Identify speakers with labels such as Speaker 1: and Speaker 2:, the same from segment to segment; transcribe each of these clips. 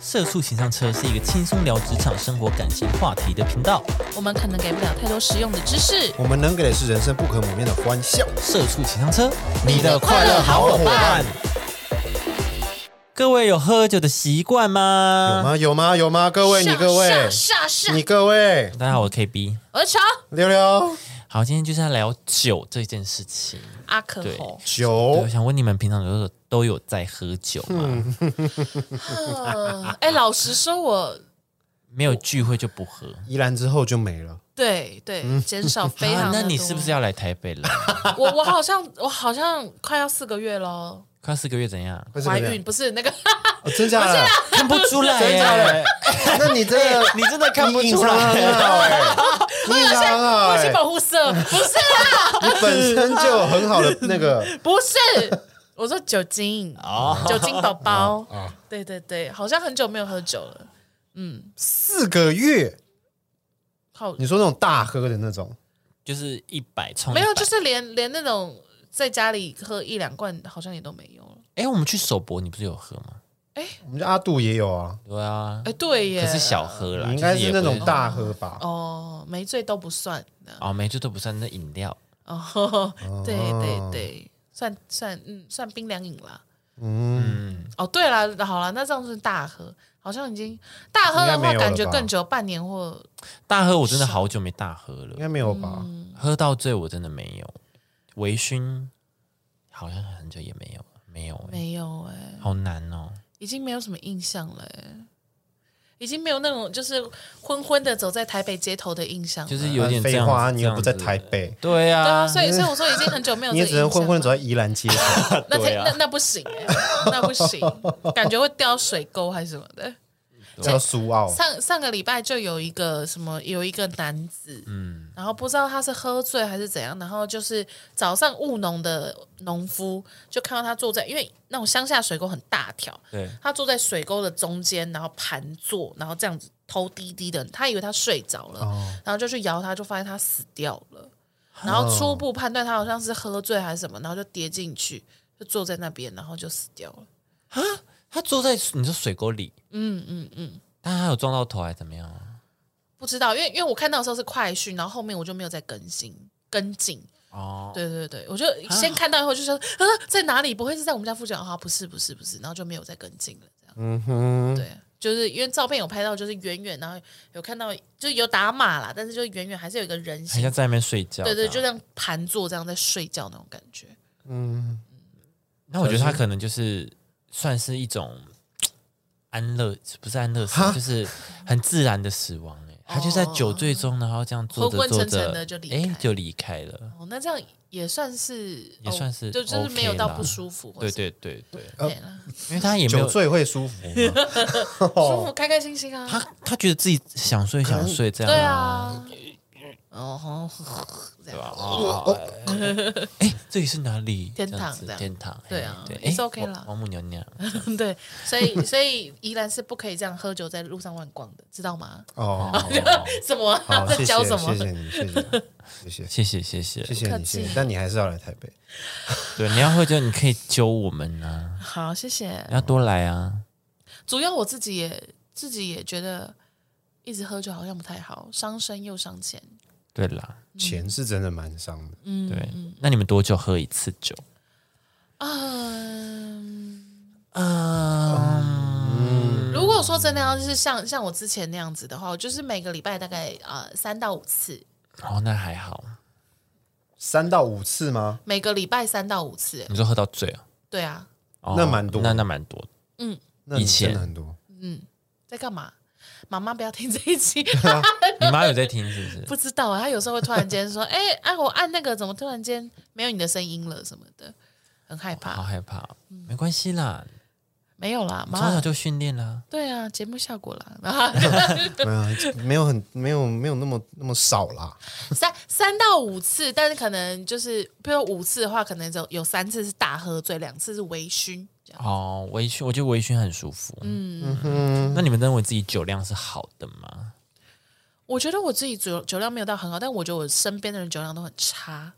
Speaker 1: 社畜情商车是一个轻松聊职场、生活、感情话题的频道。
Speaker 2: 我们可能给不了太多实用的知识。
Speaker 3: 我们能给的是人生不可磨灭的欢笑。
Speaker 1: 社畜情商车，
Speaker 2: 你的快乐好伙伴。
Speaker 1: 各位有喝酒的习惯吗？
Speaker 3: 有？吗？有吗？有吗？各位，你各位，
Speaker 2: 下下
Speaker 3: 你各位，
Speaker 1: 大家好，我是 KB。
Speaker 2: 我是乔
Speaker 3: 溜溜
Speaker 1: 好，今天就是要聊酒这件事情。
Speaker 2: 阿可
Speaker 1: 对
Speaker 2: 红，
Speaker 1: 对
Speaker 3: 九
Speaker 1: 我，想问你们平常都有都有在喝酒吗？
Speaker 2: 嗯，哎、老实说我，
Speaker 1: 没有聚会就不喝。
Speaker 3: 宜兰之后就没了。
Speaker 2: 对对减少非常、
Speaker 1: 啊，那你是不是
Speaker 2: 要？
Speaker 1: 要来台北 了？
Speaker 2: 我我好像我好像快要四个月喽，
Speaker 1: 快四个月怎样？
Speaker 3: 会是
Speaker 2: 怀
Speaker 3: 怎么样
Speaker 2: 孕不是那个，
Speaker 3: 哦真假的？
Speaker 1: 看不出来
Speaker 3: 真假
Speaker 1: 耶
Speaker 3: 的？ 那你真的
Speaker 1: 你真的看不出来
Speaker 3: 你隐藏很好 哎，你隐藏很好
Speaker 2: 我是
Speaker 3: 哎，
Speaker 2: 保护色，不是啦，
Speaker 3: 你本身就有很好的那个，
Speaker 2: 不是。我说酒精，
Speaker 1: 哦，
Speaker 2: 酒精宝宝
Speaker 3: 哦，
Speaker 2: 对对对，好像很久没有喝酒了。
Speaker 3: 四个月，
Speaker 2: 好，
Speaker 3: 你说那种大喝的那种，
Speaker 1: 就是一百冲100。
Speaker 2: 没有，就是连连那种在家里喝一两罐，好像也都没有了。
Speaker 1: 哎，我们去首博，你不是有喝吗？
Speaker 3: 我们家阿杜也有啊，
Speaker 1: 对啊，
Speaker 2: 哎，对耶，
Speaker 1: 可是小喝啦，
Speaker 3: 你应该
Speaker 1: 就是也
Speaker 3: 那
Speaker 1: 不
Speaker 3: 种大喝吧？
Speaker 2: 哦，没醉都不算的
Speaker 1: 哦，没，这都不算那饮料。
Speaker 2: 哦，对对对，算算嗯，算冰凉饮啦。
Speaker 3: 嗯，
Speaker 2: 哦，对了，好了，那这样是大喝，好像已经大喝的
Speaker 3: 应该没
Speaker 2: 话，
Speaker 3: 有了吧
Speaker 2: 感觉更久，半年或
Speaker 1: 大喝我真的好久没大喝
Speaker 3: 应
Speaker 1: 了，
Speaker 3: 该没有吧？
Speaker 1: 喝到醉我真的没有，微醺好像很久也没有了，没有、欸，
Speaker 2: 没有哎、
Speaker 1: 好难哦。
Speaker 2: 已经没有什么印象了、欸，已经没有那种就是昏昏的走在台北街头的印象了，
Speaker 1: 就是有点这
Speaker 3: 废
Speaker 1: 样
Speaker 3: 话，
Speaker 1: 子
Speaker 3: 你又不在，
Speaker 1: 这
Speaker 3: 台
Speaker 1: 样子
Speaker 3: 北，
Speaker 1: 对
Speaker 2: 对啊，
Speaker 1: 啊，
Speaker 2: 所以所以我说已经很久没有，
Speaker 3: 你也只能混混走在，宜兰街头。
Speaker 2: 那才
Speaker 1: 对啊
Speaker 2: 那那不行、欸，那 不行，感觉会掉水沟还是什么的。
Speaker 3: 叫苏
Speaker 4: 哦
Speaker 3: 澳，
Speaker 2: 上上个礼拜就有一个什么，有一个男子，嗯，然后不知道他是喝醉还是怎样，然后就是早上务农的农夫就看到他坐在，因为那种乡下水沟很大条，
Speaker 1: 对，
Speaker 2: 他坐在水沟的中间，然后盘坐，然后这样子头低低的，他以为他睡着了，然后就去摇他，就发现他死掉了，然后初步判断他好像是喝醉还是什么，然后就跌进去，就坐在那边，然后就死掉了。
Speaker 1: 啊他坐在你说水沟里，嗯嗯嗯，但他有撞到头还怎么样啊？
Speaker 2: 不知道，因为因为我看到的时候是快讯，然后后面我就没有再更新跟进。
Speaker 1: 哦，
Speaker 2: 对对对，我就先看到以后就说啊，在哪里？不会是在我们家附近啊？不是不是不是，然后就没有再跟进了。这样，
Speaker 3: 嗯哼，
Speaker 2: 对，就是因为照片有拍到，就是远远，然后有看到，就是有打码啦，但是就远远还是有一个人
Speaker 1: 还
Speaker 2: 形
Speaker 1: 像，在那边睡觉，
Speaker 2: 对对，就
Speaker 1: 这样
Speaker 2: 这样盘坐这样在睡觉那种感觉。
Speaker 3: 嗯，
Speaker 1: 那我觉得他可能就是算是一种安乐，不是安乐死，就是很自然的死亡、欸。他就在酒醉中，然后这样坐
Speaker 2: 哦昏
Speaker 1: 着
Speaker 2: 昏
Speaker 1: 坐
Speaker 2: 沉沉
Speaker 1: 着，
Speaker 2: 的就离
Speaker 1: 哎
Speaker 2: 开
Speaker 1: 就离开了。
Speaker 2: 哦，那这样也算是
Speaker 1: 也算是
Speaker 2: 哦就就是没有
Speaker 1: OK
Speaker 2: 到
Speaker 1: 啦
Speaker 2: 不舒服或
Speaker 1: 对
Speaker 2: 是，
Speaker 1: 对对对，
Speaker 2: 对啦，
Speaker 1: 因为他也没
Speaker 3: 酒
Speaker 1: 有，
Speaker 3: 醉会舒服
Speaker 2: 哎
Speaker 3: 吗？
Speaker 2: 舒服开开心心啊。
Speaker 1: 他他觉得自己想睡想睡这样、
Speaker 2: 对，啊，哦，这样
Speaker 1: 哎，啊这里是哪里？
Speaker 2: 天堂
Speaker 1: 这样子
Speaker 2: 这样
Speaker 1: 天堂，
Speaker 2: 对啊
Speaker 1: 对，
Speaker 2: it's OK
Speaker 1: 王
Speaker 2: 啦
Speaker 1: 王母娘娘，
Speaker 2: 对，所以所以宜兰是不可以这样喝酒在路上乱逛的，知道吗？
Speaker 3: 哦，
Speaker 2: 什么啊、
Speaker 3: 好，
Speaker 2: 在
Speaker 3: 谢谢，
Speaker 2: 教什么
Speaker 3: 谢？谢你，谢谢，谢谢，
Speaker 1: 谢谢谢谢
Speaker 3: 谢。 谢你，谢谢。但你还是要来台北，
Speaker 1: 对，你要喝酒，你可以揪我们啊，
Speaker 2: 好，谢谢
Speaker 1: 你。要多来啊。
Speaker 2: 主要我自己也自己也觉得一直喝酒好像不太好，伤身又伤钱。
Speaker 1: 对啦，
Speaker 2: 嗯
Speaker 3: 钱是真的蛮伤的。
Speaker 1: 对，那你们多久喝一次酒？
Speaker 2: 嗯，
Speaker 1: 嗯，
Speaker 2: 如果说真的要就是像像我之前那样子的话，我就是每个礼拜大概呃三到五次，
Speaker 1: 哦，那还好。
Speaker 3: 三到五次吗？
Speaker 2: 每个礼拜三到五次。
Speaker 1: 你说喝到醉啊？
Speaker 2: 对啊，
Speaker 1: 哦
Speaker 3: 那蛮多
Speaker 1: 那那蛮多。
Speaker 3: 那你
Speaker 1: 以前
Speaker 3: 真的很多，
Speaker 2: 在干嘛？妈妈不要听这一期，
Speaker 1: 你妈有在听是不 是？
Speaker 2: 不知道啊，她有时候会突然间说：“哎、哎、我按那个怎么突然间没有你的声音了什么的，很害
Speaker 1: 好
Speaker 2: 怕。
Speaker 1: 害怕哦，没关系啦，”
Speaker 2: 没有啦，
Speaker 1: 从
Speaker 2: 嗯妈
Speaker 1: 小就训练啦。
Speaker 2: 对啊，节目效果啦，然后
Speaker 3: 没有，没有很，没有，没有那么那么少啦。
Speaker 2: 三三到五次，但是可能就是，比如五次的话，可能有有三次是大喝醉，两次是微醺，这样
Speaker 1: 哦，微醺，我觉得微醺很舒服。嗯嗯，那你们认为自己酒量是好的
Speaker 2: 嗯
Speaker 1: 吗？
Speaker 2: 我觉得我自己酒酒量没有到很好，但我觉得我身边的人酒量都很差。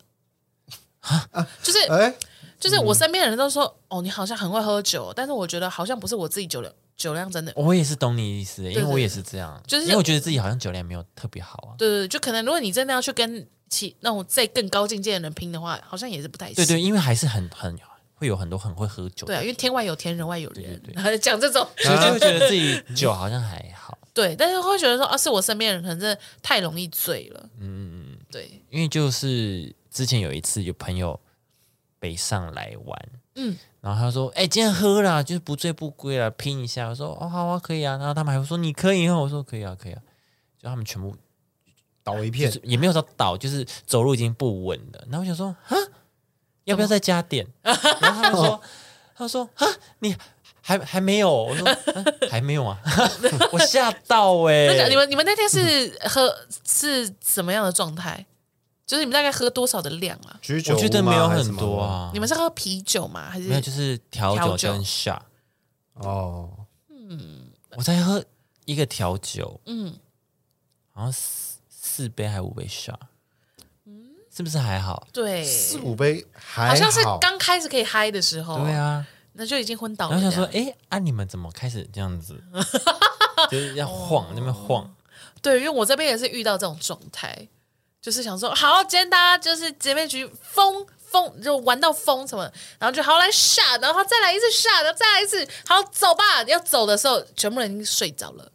Speaker 1: 啊
Speaker 2: 就是
Speaker 3: 哎，
Speaker 2: 就是我身边的人都说，哦，你好像很会喝酒，但是我觉得好像不是我自己酒量酒量真的，
Speaker 1: 我也是懂你意思，欸因为
Speaker 2: 对
Speaker 1: 我也是这样，
Speaker 2: 就是
Speaker 1: 因为我觉得自己好像酒量没有特别好啊。
Speaker 2: 对对，对就可能如果你真的要去跟其那种再更高境界的人拼的话，好像也是不太行。
Speaker 1: 对对，因为还是很很会有很多很会喝酒
Speaker 2: 对
Speaker 1: 的，
Speaker 2: 啊，因为天外有天，人外有人
Speaker 1: 对，
Speaker 2: 讲这种
Speaker 1: 所以就会觉得自己酒好像还好，
Speaker 2: 对，但是会觉得说啊，是我身边人可能真的太容易醉了。嗯嗯嗯，对，
Speaker 1: 因为就是之前有一次有朋友北上来玩，嗯
Speaker 2: 嗯，
Speaker 1: 然后他说：“哎、今天喝啦，就是不醉不归啦，拼一下。”我说：“哦，好啊，可以啊。”然后他们还会说：“你可以哦。”我说：“可以啊，可以啊。”就他们全部
Speaker 4: 倒一
Speaker 1: 就
Speaker 4: 片
Speaker 1: 是也没有到倒，就是走路已经不稳了。然后我想说，哈，要不要再加点？ 然后他们说，他们说，哈，你还还没有？我说、啊还没有啊， 我吓到哎、
Speaker 2: 那
Speaker 1: 欸。
Speaker 2: 个你们你们那天是 喝是什么样的状态？就是你们大概喝多少的量啊？
Speaker 4: 居酒
Speaker 1: 我
Speaker 4: 屋
Speaker 1: 觉得没
Speaker 4: 吗
Speaker 1: 有
Speaker 4: 还是什
Speaker 1: 很
Speaker 4: 么
Speaker 1: 多啊
Speaker 2: 你，们是喝啤酒吗？还是
Speaker 1: 没有就是调
Speaker 2: 调
Speaker 1: 酒
Speaker 2: 酒
Speaker 1: 跟 shot，
Speaker 4: 哦，
Speaker 1: 我才喝一个调酒，
Speaker 2: 嗯，
Speaker 1: 然后四四杯还五杯 shot，是不是还好？
Speaker 2: 对，
Speaker 4: 四五杯还
Speaker 2: 好像是
Speaker 4: 好
Speaker 2: 刚开始可以嗨的时候，
Speaker 1: 对，啊，
Speaker 2: 那就已经昏倒
Speaker 1: 然后
Speaker 2: 了这
Speaker 1: 想
Speaker 2: 样。
Speaker 1: 说，哎，啊你们怎么开始这样 子？就是要晃那
Speaker 2: 哦
Speaker 1: 边晃，
Speaker 2: 对，因为我这边也是遇到这种状态，就是想说，好，今天大家就是姐妹局疯疯，就玩到疯什么的，然后就好来下，然后再来一次下，然后再来一次，好走吧。要走的时候，全部人已经睡着了。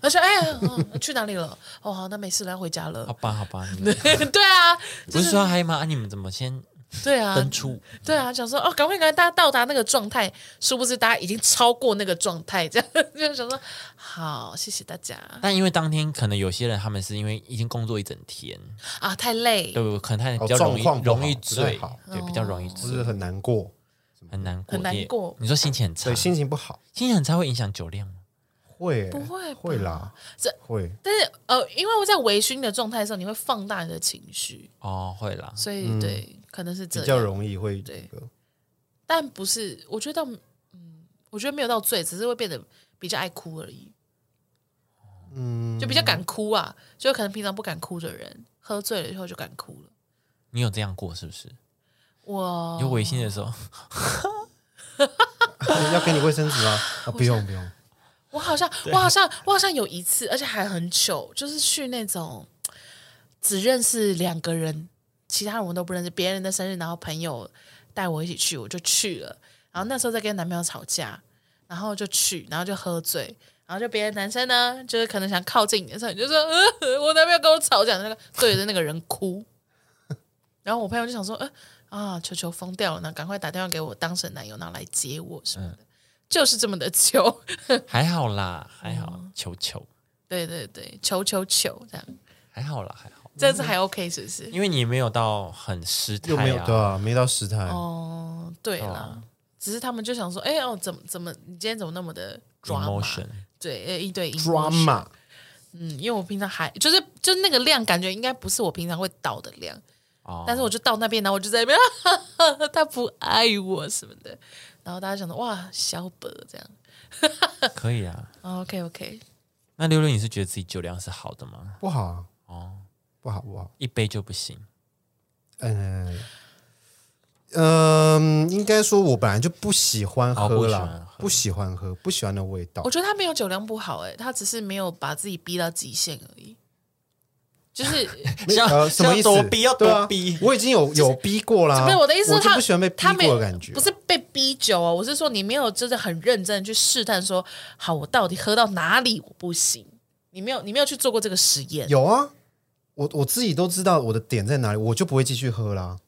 Speaker 2: 他说：“哎、呀，哦去哪里了？哦，好，那没事了，要回家
Speaker 1: 好
Speaker 2: 了。
Speaker 1: 吧，好吧，你们
Speaker 2: 对啊，
Speaker 1: 不是说嗨吗？啊，你们怎么先
Speaker 2: 对啊，
Speaker 1: 登出？
Speaker 2: 对啊，想说哦，赶快赶快，大家到达那个状态，殊不知大家已经超过那个状态，这样 就想说好，谢谢大家
Speaker 1: 但因为当天可能有些人他们是因为已经工作一整天，
Speaker 2: 啊，太累，
Speaker 1: 对不对？可能他比
Speaker 4: 哦
Speaker 1: 较容
Speaker 4: 状
Speaker 1: 易、
Speaker 4: 况不好
Speaker 1: 容易
Speaker 4: 不太
Speaker 1: 醉
Speaker 4: 好，
Speaker 1: 对，比较容易
Speaker 4: 或是
Speaker 1: 醉，
Speaker 4: 很难过，
Speaker 1: 很难过，
Speaker 2: 哦很难
Speaker 1: 也
Speaker 2: 过
Speaker 1: 你说心情很差
Speaker 2: 啊
Speaker 4: 对，，心情不好
Speaker 1: 心情很差会影响酒量吗？
Speaker 4: 会
Speaker 2: 不会吧
Speaker 4: 会啦，
Speaker 2: 这
Speaker 4: 会
Speaker 2: 但是呃，因为我在微醺的状态的时候，你会放大你的情绪，
Speaker 1: 哦，会啦。
Speaker 2: 所以、对，可能是这
Speaker 4: 嗯比
Speaker 2: 样，
Speaker 4: 较容易会
Speaker 2: 对
Speaker 4: 这个
Speaker 2: 但不是，我觉得嗯，我觉得没有到醉，只是会变得比较爱哭而已，
Speaker 4: 嗯
Speaker 2: 就比较敢哭啊，就可能平常不敢哭的人，喝醉了以后就敢哭了。
Speaker 1: 你有这样过是不是？
Speaker 2: 我
Speaker 1: 有违心的时 候，
Speaker 4: 要给你卫生纸 吗？啊，不用不用，
Speaker 2: 我好像，我好像，我好像有一次，而且还很久，就是去那种只认识两个人，其他人我都不认识，别人的生日，然后朋友带我一起去，我就去了。然后那时候在跟男朋友吵架，然后就去，然后就喝醉，然后就别的男生呢，就是可能想靠近你的时候，你就说，呃，我男朋友跟我吵架，那个对着那个人哭。然后我朋友就想说，呃啊，球球疯掉了呢，赶快打电话给我当时的男友，然后来接我什么的，就是这么的糗。
Speaker 1: 还好啦，还好，
Speaker 2: 哦
Speaker 1: 球球
Speaker 2: 对对对，求求求这样，
Speaker 1: 还好啦，还好，
Speaker 2: 这次还 OK 是不是？
Speaker 1: 因为你没有到很失态
Speaker 4: 又没有对
Speaker 1: 啊。
Speaker 4: 啊，没到十台，
Speaker 2: 哦，对啦，只是他们就想说，哎哦，怎么怎么，你今天怎么那么的
Speaker 1: emotion
Speaker 2: drama？对，呃一对一
Speaker 4: drama
Speaker 2: 嗯，因为我平常还就是就是那个量，感觉应该不是我平常会到的量，
Speaker 1: 哦，
Speaker 2: 但是我就到那边，然后我就在那边， 哈哈哈他不爱我什么的，然后大家想说，哇，小伯这样哦
Speaker 1: 可以啊。
Speaker 2: ，OK OK，
Speaker 1: 那六六，你是觉得自己酒量是好的吗？
Speaker 4: 不好啊
Speaker 1: 哦，
Speaker 4: 不好不好，
Speaker 1: 一杯就不行，
Speaker 4: 嗯。嗯，应该说，我本来就不喜欢
Speaker 1: 哦不
Speaker 4: 喝
Speaker 1: 喜欢
Speaker 4: 啦，
Speaker 1: 喝
Speaker 4: 不喜欢喝，不喜欢的味道
Speaker 2: 我。觉得他没有酒量不好、哎，他只是没有把自己逼到极限而已，就是。
Speaker 4: 没
Speaker 1: 像
Speaker 4: 呃什么
Speaker 1: 像
Speaker 4: 意思？
Speaker 1: 躲避要
Speaker 4: 对啊
Speaker 1: 躲避
Speaker 4: 我已经有有逼过啦。
Speaker 2: 不是我的意思是
Speaker 4: 我就
Speaker 2: 他
Speaker 4: 不喜欢被逼
Speaker 2: 他没
Speaker 4: 过的感觉。
Speaker 2: 不是被逼酒哦，我是说你没有真的很认真地去试探说，好，我到底喝到哪里我不行？你没有，你没有去做过这个实验。
Speaker 4: 有啊，我我自己都知道我的点在哪里，我就不会继续喝啦。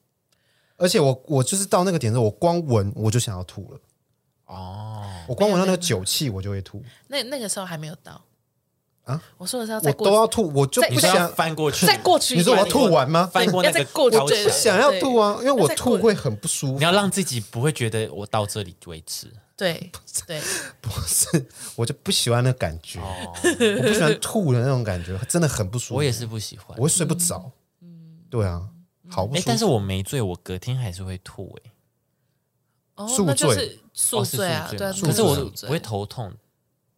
Speaker 4: 而且我我就是到那个点之后，我光闻我就想要吐了，
Speaker 1: 哦，
Speaker 4: 我光闻到那个酒气我就会吐，
Speaker 2: 那那个时候还没有到
Speaker 4: 啊。
Speaker 2: 我说的是要
Speaker 4: 我
Speaker 2: 再
Speaker 4: 都
Speaker 2: 过
Speaker 4: 要吐，我就
Speaker 2: 再
Speaker 4: 不
Speaker 1: 你是要
Speaker 4: 想
Speaker 1: 翻过去，
Speaker 2: 再过去一
Speaker 4: 你说我
Speaker 2: 段
Speaker 4: 要
Speaker 2: 路，
Speaker 4: 吐完吗？
Speaker 1: 翻过那
Speaker 2: 要
Speaker 1: 个
Speaker 2: 再过去
Speaker 1: 高
Speaker 2: 对
Speaker 1: 墙
Speaker 4: 想要吐啊，因为我
Speaker 2: 再
Speaker 4: 吐
Speaker 2: 滚
Speaker 4: 会很不舒
Speaker 1: 你
Speaker 4: 服。
Speaker 1: 要让自己不会觉得我到这里为止。
Speaker 2: 对对，
Speaker 4: 不是， 我就不喜欢那感觉，
Speaker 1: 哦，
Speaker 4: 我不喜欢吐的那种感觉，真的很不舒服。
Speaker 1: 我也，是不喜欢
Speaker 4: 我。会睡不着。
Speaker 2: 嗯
Speaker 4: 对啊，好不
Speaker 1: 哎
Speaker 4: 舒，服。
Speaker 1: 但是我没醉，我隔天还是会吐。哎，
Speaker 2: 哦
Speaker 4: 宿，
Speaker 2: 那就
Speaker 4: 醉
Speaker 2: 是宿
Speaker 1: 哦是
Speaker 2: 醉啊，对啊，
Speaker 1: 可是我
Speaker 2: 宿
Speaker 1: 不会
Speaker 2: 醉，
Speaker 1: 头痛，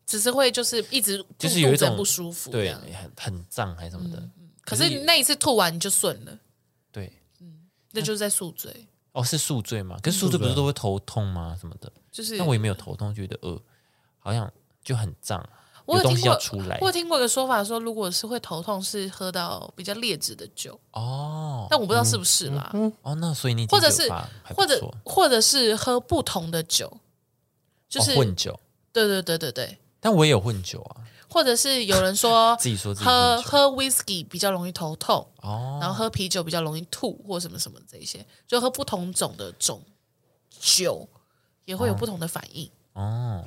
Speaker 2: 只是会就是一直
Speaker 1: 就是有一
Speaker 2: 肚子
Speaker 1: 种
Speaker 2: 不舒服。
Speaker 1: 对，
Speaker 2: 这样
Speaker 1: 很很胀还是什么的。
Speaker 2: 可
Speaker 1: 可是
Speaker 2: 是
Speaker 1: 也
Speaker 2: 那一次吐完你就顺了，
Speaker 1: 对，嗯
Speaker 2: 那就是在宿醉，
Speaker 1: 哦，是啊宿醉吗？可是宿醉不是都会头痛吗？什么的？
Speaker 2: 就是
Speaker 1: 但我也没有头痛，觉得呃，好像就很胀，
Speaker 2: 我
Speaker 1: 有
Speaker 2: 有
Speaker 1: 东
Speaker 2: 听
Speaker 1: 西要
Speaker 2: 过
Speaker 1: 出来
Speaker 2: 我有听过一个说法说，如果是会头痛，是喝到比较劣质的酒，
Speaker 1: 哦
Speaker 2: 但我不知道是不是啦。
Speaker 1: 哦，那所以你已经
Speaker 2: 或者
Speaker 1: 有
Speaker 2: 是
Speaker 1: 发嗯还不
Speaker 2: 或者
Speaker 1: 错
Speaker 2: 或者是喝不同的酒，就是、
Speaker 1: 哦混酒，
Speaker 2: 对对对对对，
Speaker 1: 但我也有混酒啊，
Speaker 2: 或者是有人说
Speaker 1: 自己说自己
Speaker 2: 喝
Speaker 1: 混酒
Speaker 2: 喝 whisky 比较容易头痛，
Speaker 1: 哦，
Speaker 2: 然后喝啤酒比较容易吐或什么什么这一些，就喝不同种的种酒也会有不同的反应。
Speaker 1: 哦，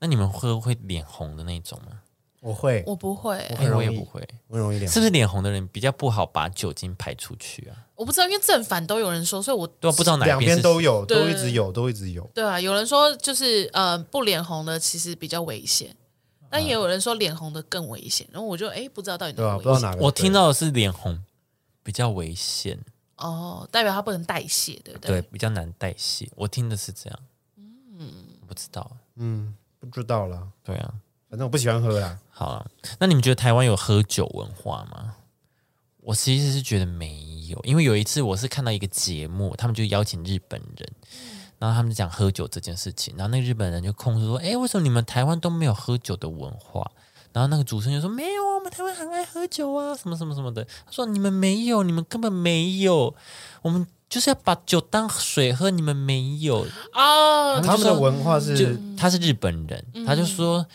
Speaker 1: 那你们喝会脸红的那种吗？
Speaker 4: 我会，
Speaker 2: 我不会、
Speaker 4: 我
Speaker 1: 哎，
Speaker 4: 很
Speaker 1: 我
Speaker 4: 容
Speaker 1: 也
Speaker 4: 易
Speaker 1: 不，会。
Speaker 4: 我很容易脸
Speaker 1: 是不是脸红的人比较不好把酒精排出去啊？
Speaker 2: 我不知道，因为正反都有人说，所以我
Speaker 1: 对啊，不知道哪
Speaker 4: 两
Speaker 1: 一边
Speaker 4: 边
Speaker 1: 是
Speaker 4: 都有，
Speaker 2: 对
Speaker 4: 都一直有，都一直有。
Speaker 2: 对啊，有人说就是呃不脸红的其实比较危险，但也有人说脸红的更危险。然后我就哎不知道到底
Speaker 4: 啊对吧、
Speaker 2: 哪
Speaker 4: 不
Speaker 2: 个
Speaker 4: 知道
Speaker 2: 危险、
Speaker 4: 哪个对。
Speaker 1: 我听到的是脸红比较危险，
Speaker 2: 哦，代表它不能代谢，对不对？
Speaker 1: 对，比较难代谢。我听的是这样，嗯，不知道，
Speaker 4: 嗯，不知道啦，
Speaker 1: 对啊，
Speaker 4: 反正我不喜欢喝啦。
Speaker 1: 好了，那你们觉得台湾有喝酒文化吗？我其实是觉得没有，因为有一次我是看到一个节目，他们就邀请日本人，然后他们就讲喝酒这件事情，然后那个日本人就控诉说：“哎，为什么你们台湾都没有喝酒的文化？”然后那个主持人就说：“没有啊，我们台湾很爱喝酒啊，什么什么什么的。”他说：“你们没有，你们根本没有，我们就是要把酒当水喝，你们没有。”
Speaker 2: 哦，
Speaker 4: 他们的文化
Speaker 1: 就是他是日本人，
Speaker 4: 嗯
Speaker 1: 他就说，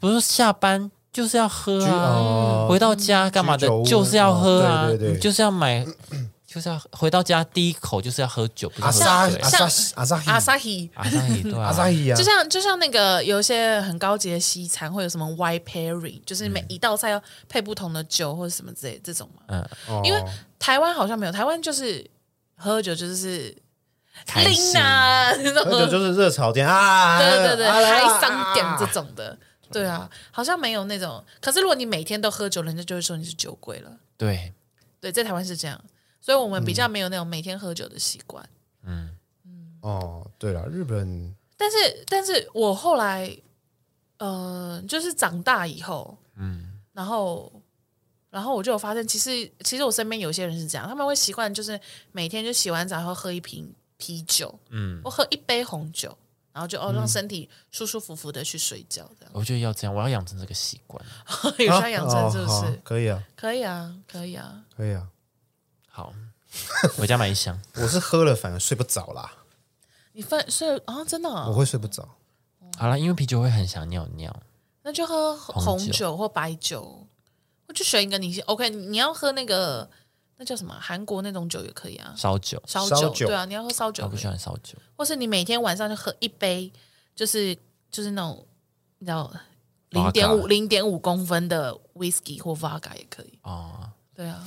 Speaker 1: 不是说下班就是要喝
Speaker 4: 居
Speaker 1: 啊，
Speaker 4: 哦
Speaker 1: 回到家干嘛
Speaker 4: 居
Speaker 1: 的
Speaker 4: 酒，屋
Speaker 1: 就是要喝啊，
Speaker 4: 哦对对对
Speaker 1: 你就是要 买，就是要回到家第一口就是要喝酒，不
Speaker 4: 阿
Speaker 1: 是
Speaker 4: 萨
Speaker 1: 喝
Speaker 4: 阿
Speaker 1: 水。
Speaker 4: 萨阿
Speaker 2: 阿
Speaker 4: 萨阿萨
Speaker 2: 萨希。
Speaker 1: 阿萨伊对啊，
Speaker 4: 阿萨伊啊
Speaker 2: 就，像就像那个有一些很高级的西餐，会有什么 wine pairing，就是
Speaker 4: 嗯
Speaker 2: 每一道菜要配不同的酒或者什么之类这种嘛。
Speaker 1: 嗯，
Speaker 4: 哦
Speaker 2: 因为台湾好像没有，台湾就是喝酒就是
Speaker 1: 开心
Speaker 2: 拎啊那种，
Speaker 4: 喝酒就是热炒店啊，
Speaker 2: 对对对，
Speaker 4: 啊
Speaker 2: 嗨桑点这种的，对啊，好像没有那种。可是如果你每天都喝酒，人家就会说你是酒鬼了。
Speaker 1: 对，
Speaker 2: 对，在台湾是这样，所以我们比较没有那种每天喝酒的习惯。
Speaker 1: 嗯，
Speaker 4: 哦，对了，日本
Speaker 2: 但是，但是我后来，呃，就是长大以后，嗯，然后，然后我就有发现，其实，其实我身边有些人是这样，他们会习惯就是每天就洗完澡后喝一瓶啤酒，嗯，或喝一杯红酒，然后就
Speaker 4: 嗯
Speaker 2: 哦让身体舒舒服服的去睡觉，这样。
Speaker 1: 我觉得要这样，我要养成这个习惯。
Speaker 2: 有
Speaker 4: 啊
Speaker 2: 效养成是不
Speaker 4: 哦好
Speaker 2: 是？
Speaker 4: 可以啊，
Speaker 2: 可以啊，可以啊。
Speaker 4: 可以啊。
Speaker 1: 好，回家买一箱。
Speaker 4: 我是喝了反而睡不着啦，
Speaker 2: 你分睡啊，真的啊、
Speaker 4: 我会睡不着。
Speaker 1: 好了，因为啤酒会很想尿尿，
Speaker 2: 那就喝
Speaker 1: 红
Speaker 2: 红
Speaker 1: 酒
Speaker 2: 酒或白酒，我就选一个你 OK，你要喝那个那叫什么啊韩国那种酒也可以啊，
Speaker 1: 烧酒，
Speaker 2: 烧
Speaker 4: 烧酒
Speaker 2: 对啊，你要喝烧
Speaker 1: 我
Speaker 2: 酒
Speaker 1: 不
Speaker 2: 可以，
Speaker 1: 喜欢烧酒。
Speaker 2: 或是你每天晚上就喝一杯，就是就是那种你知道零
Speaker 1: Vodka
Speaker 2: 点五零点五公分的 whisky 或 vodka 也可以，
Speaker 1: 哦，
Speaker 2: 对啊，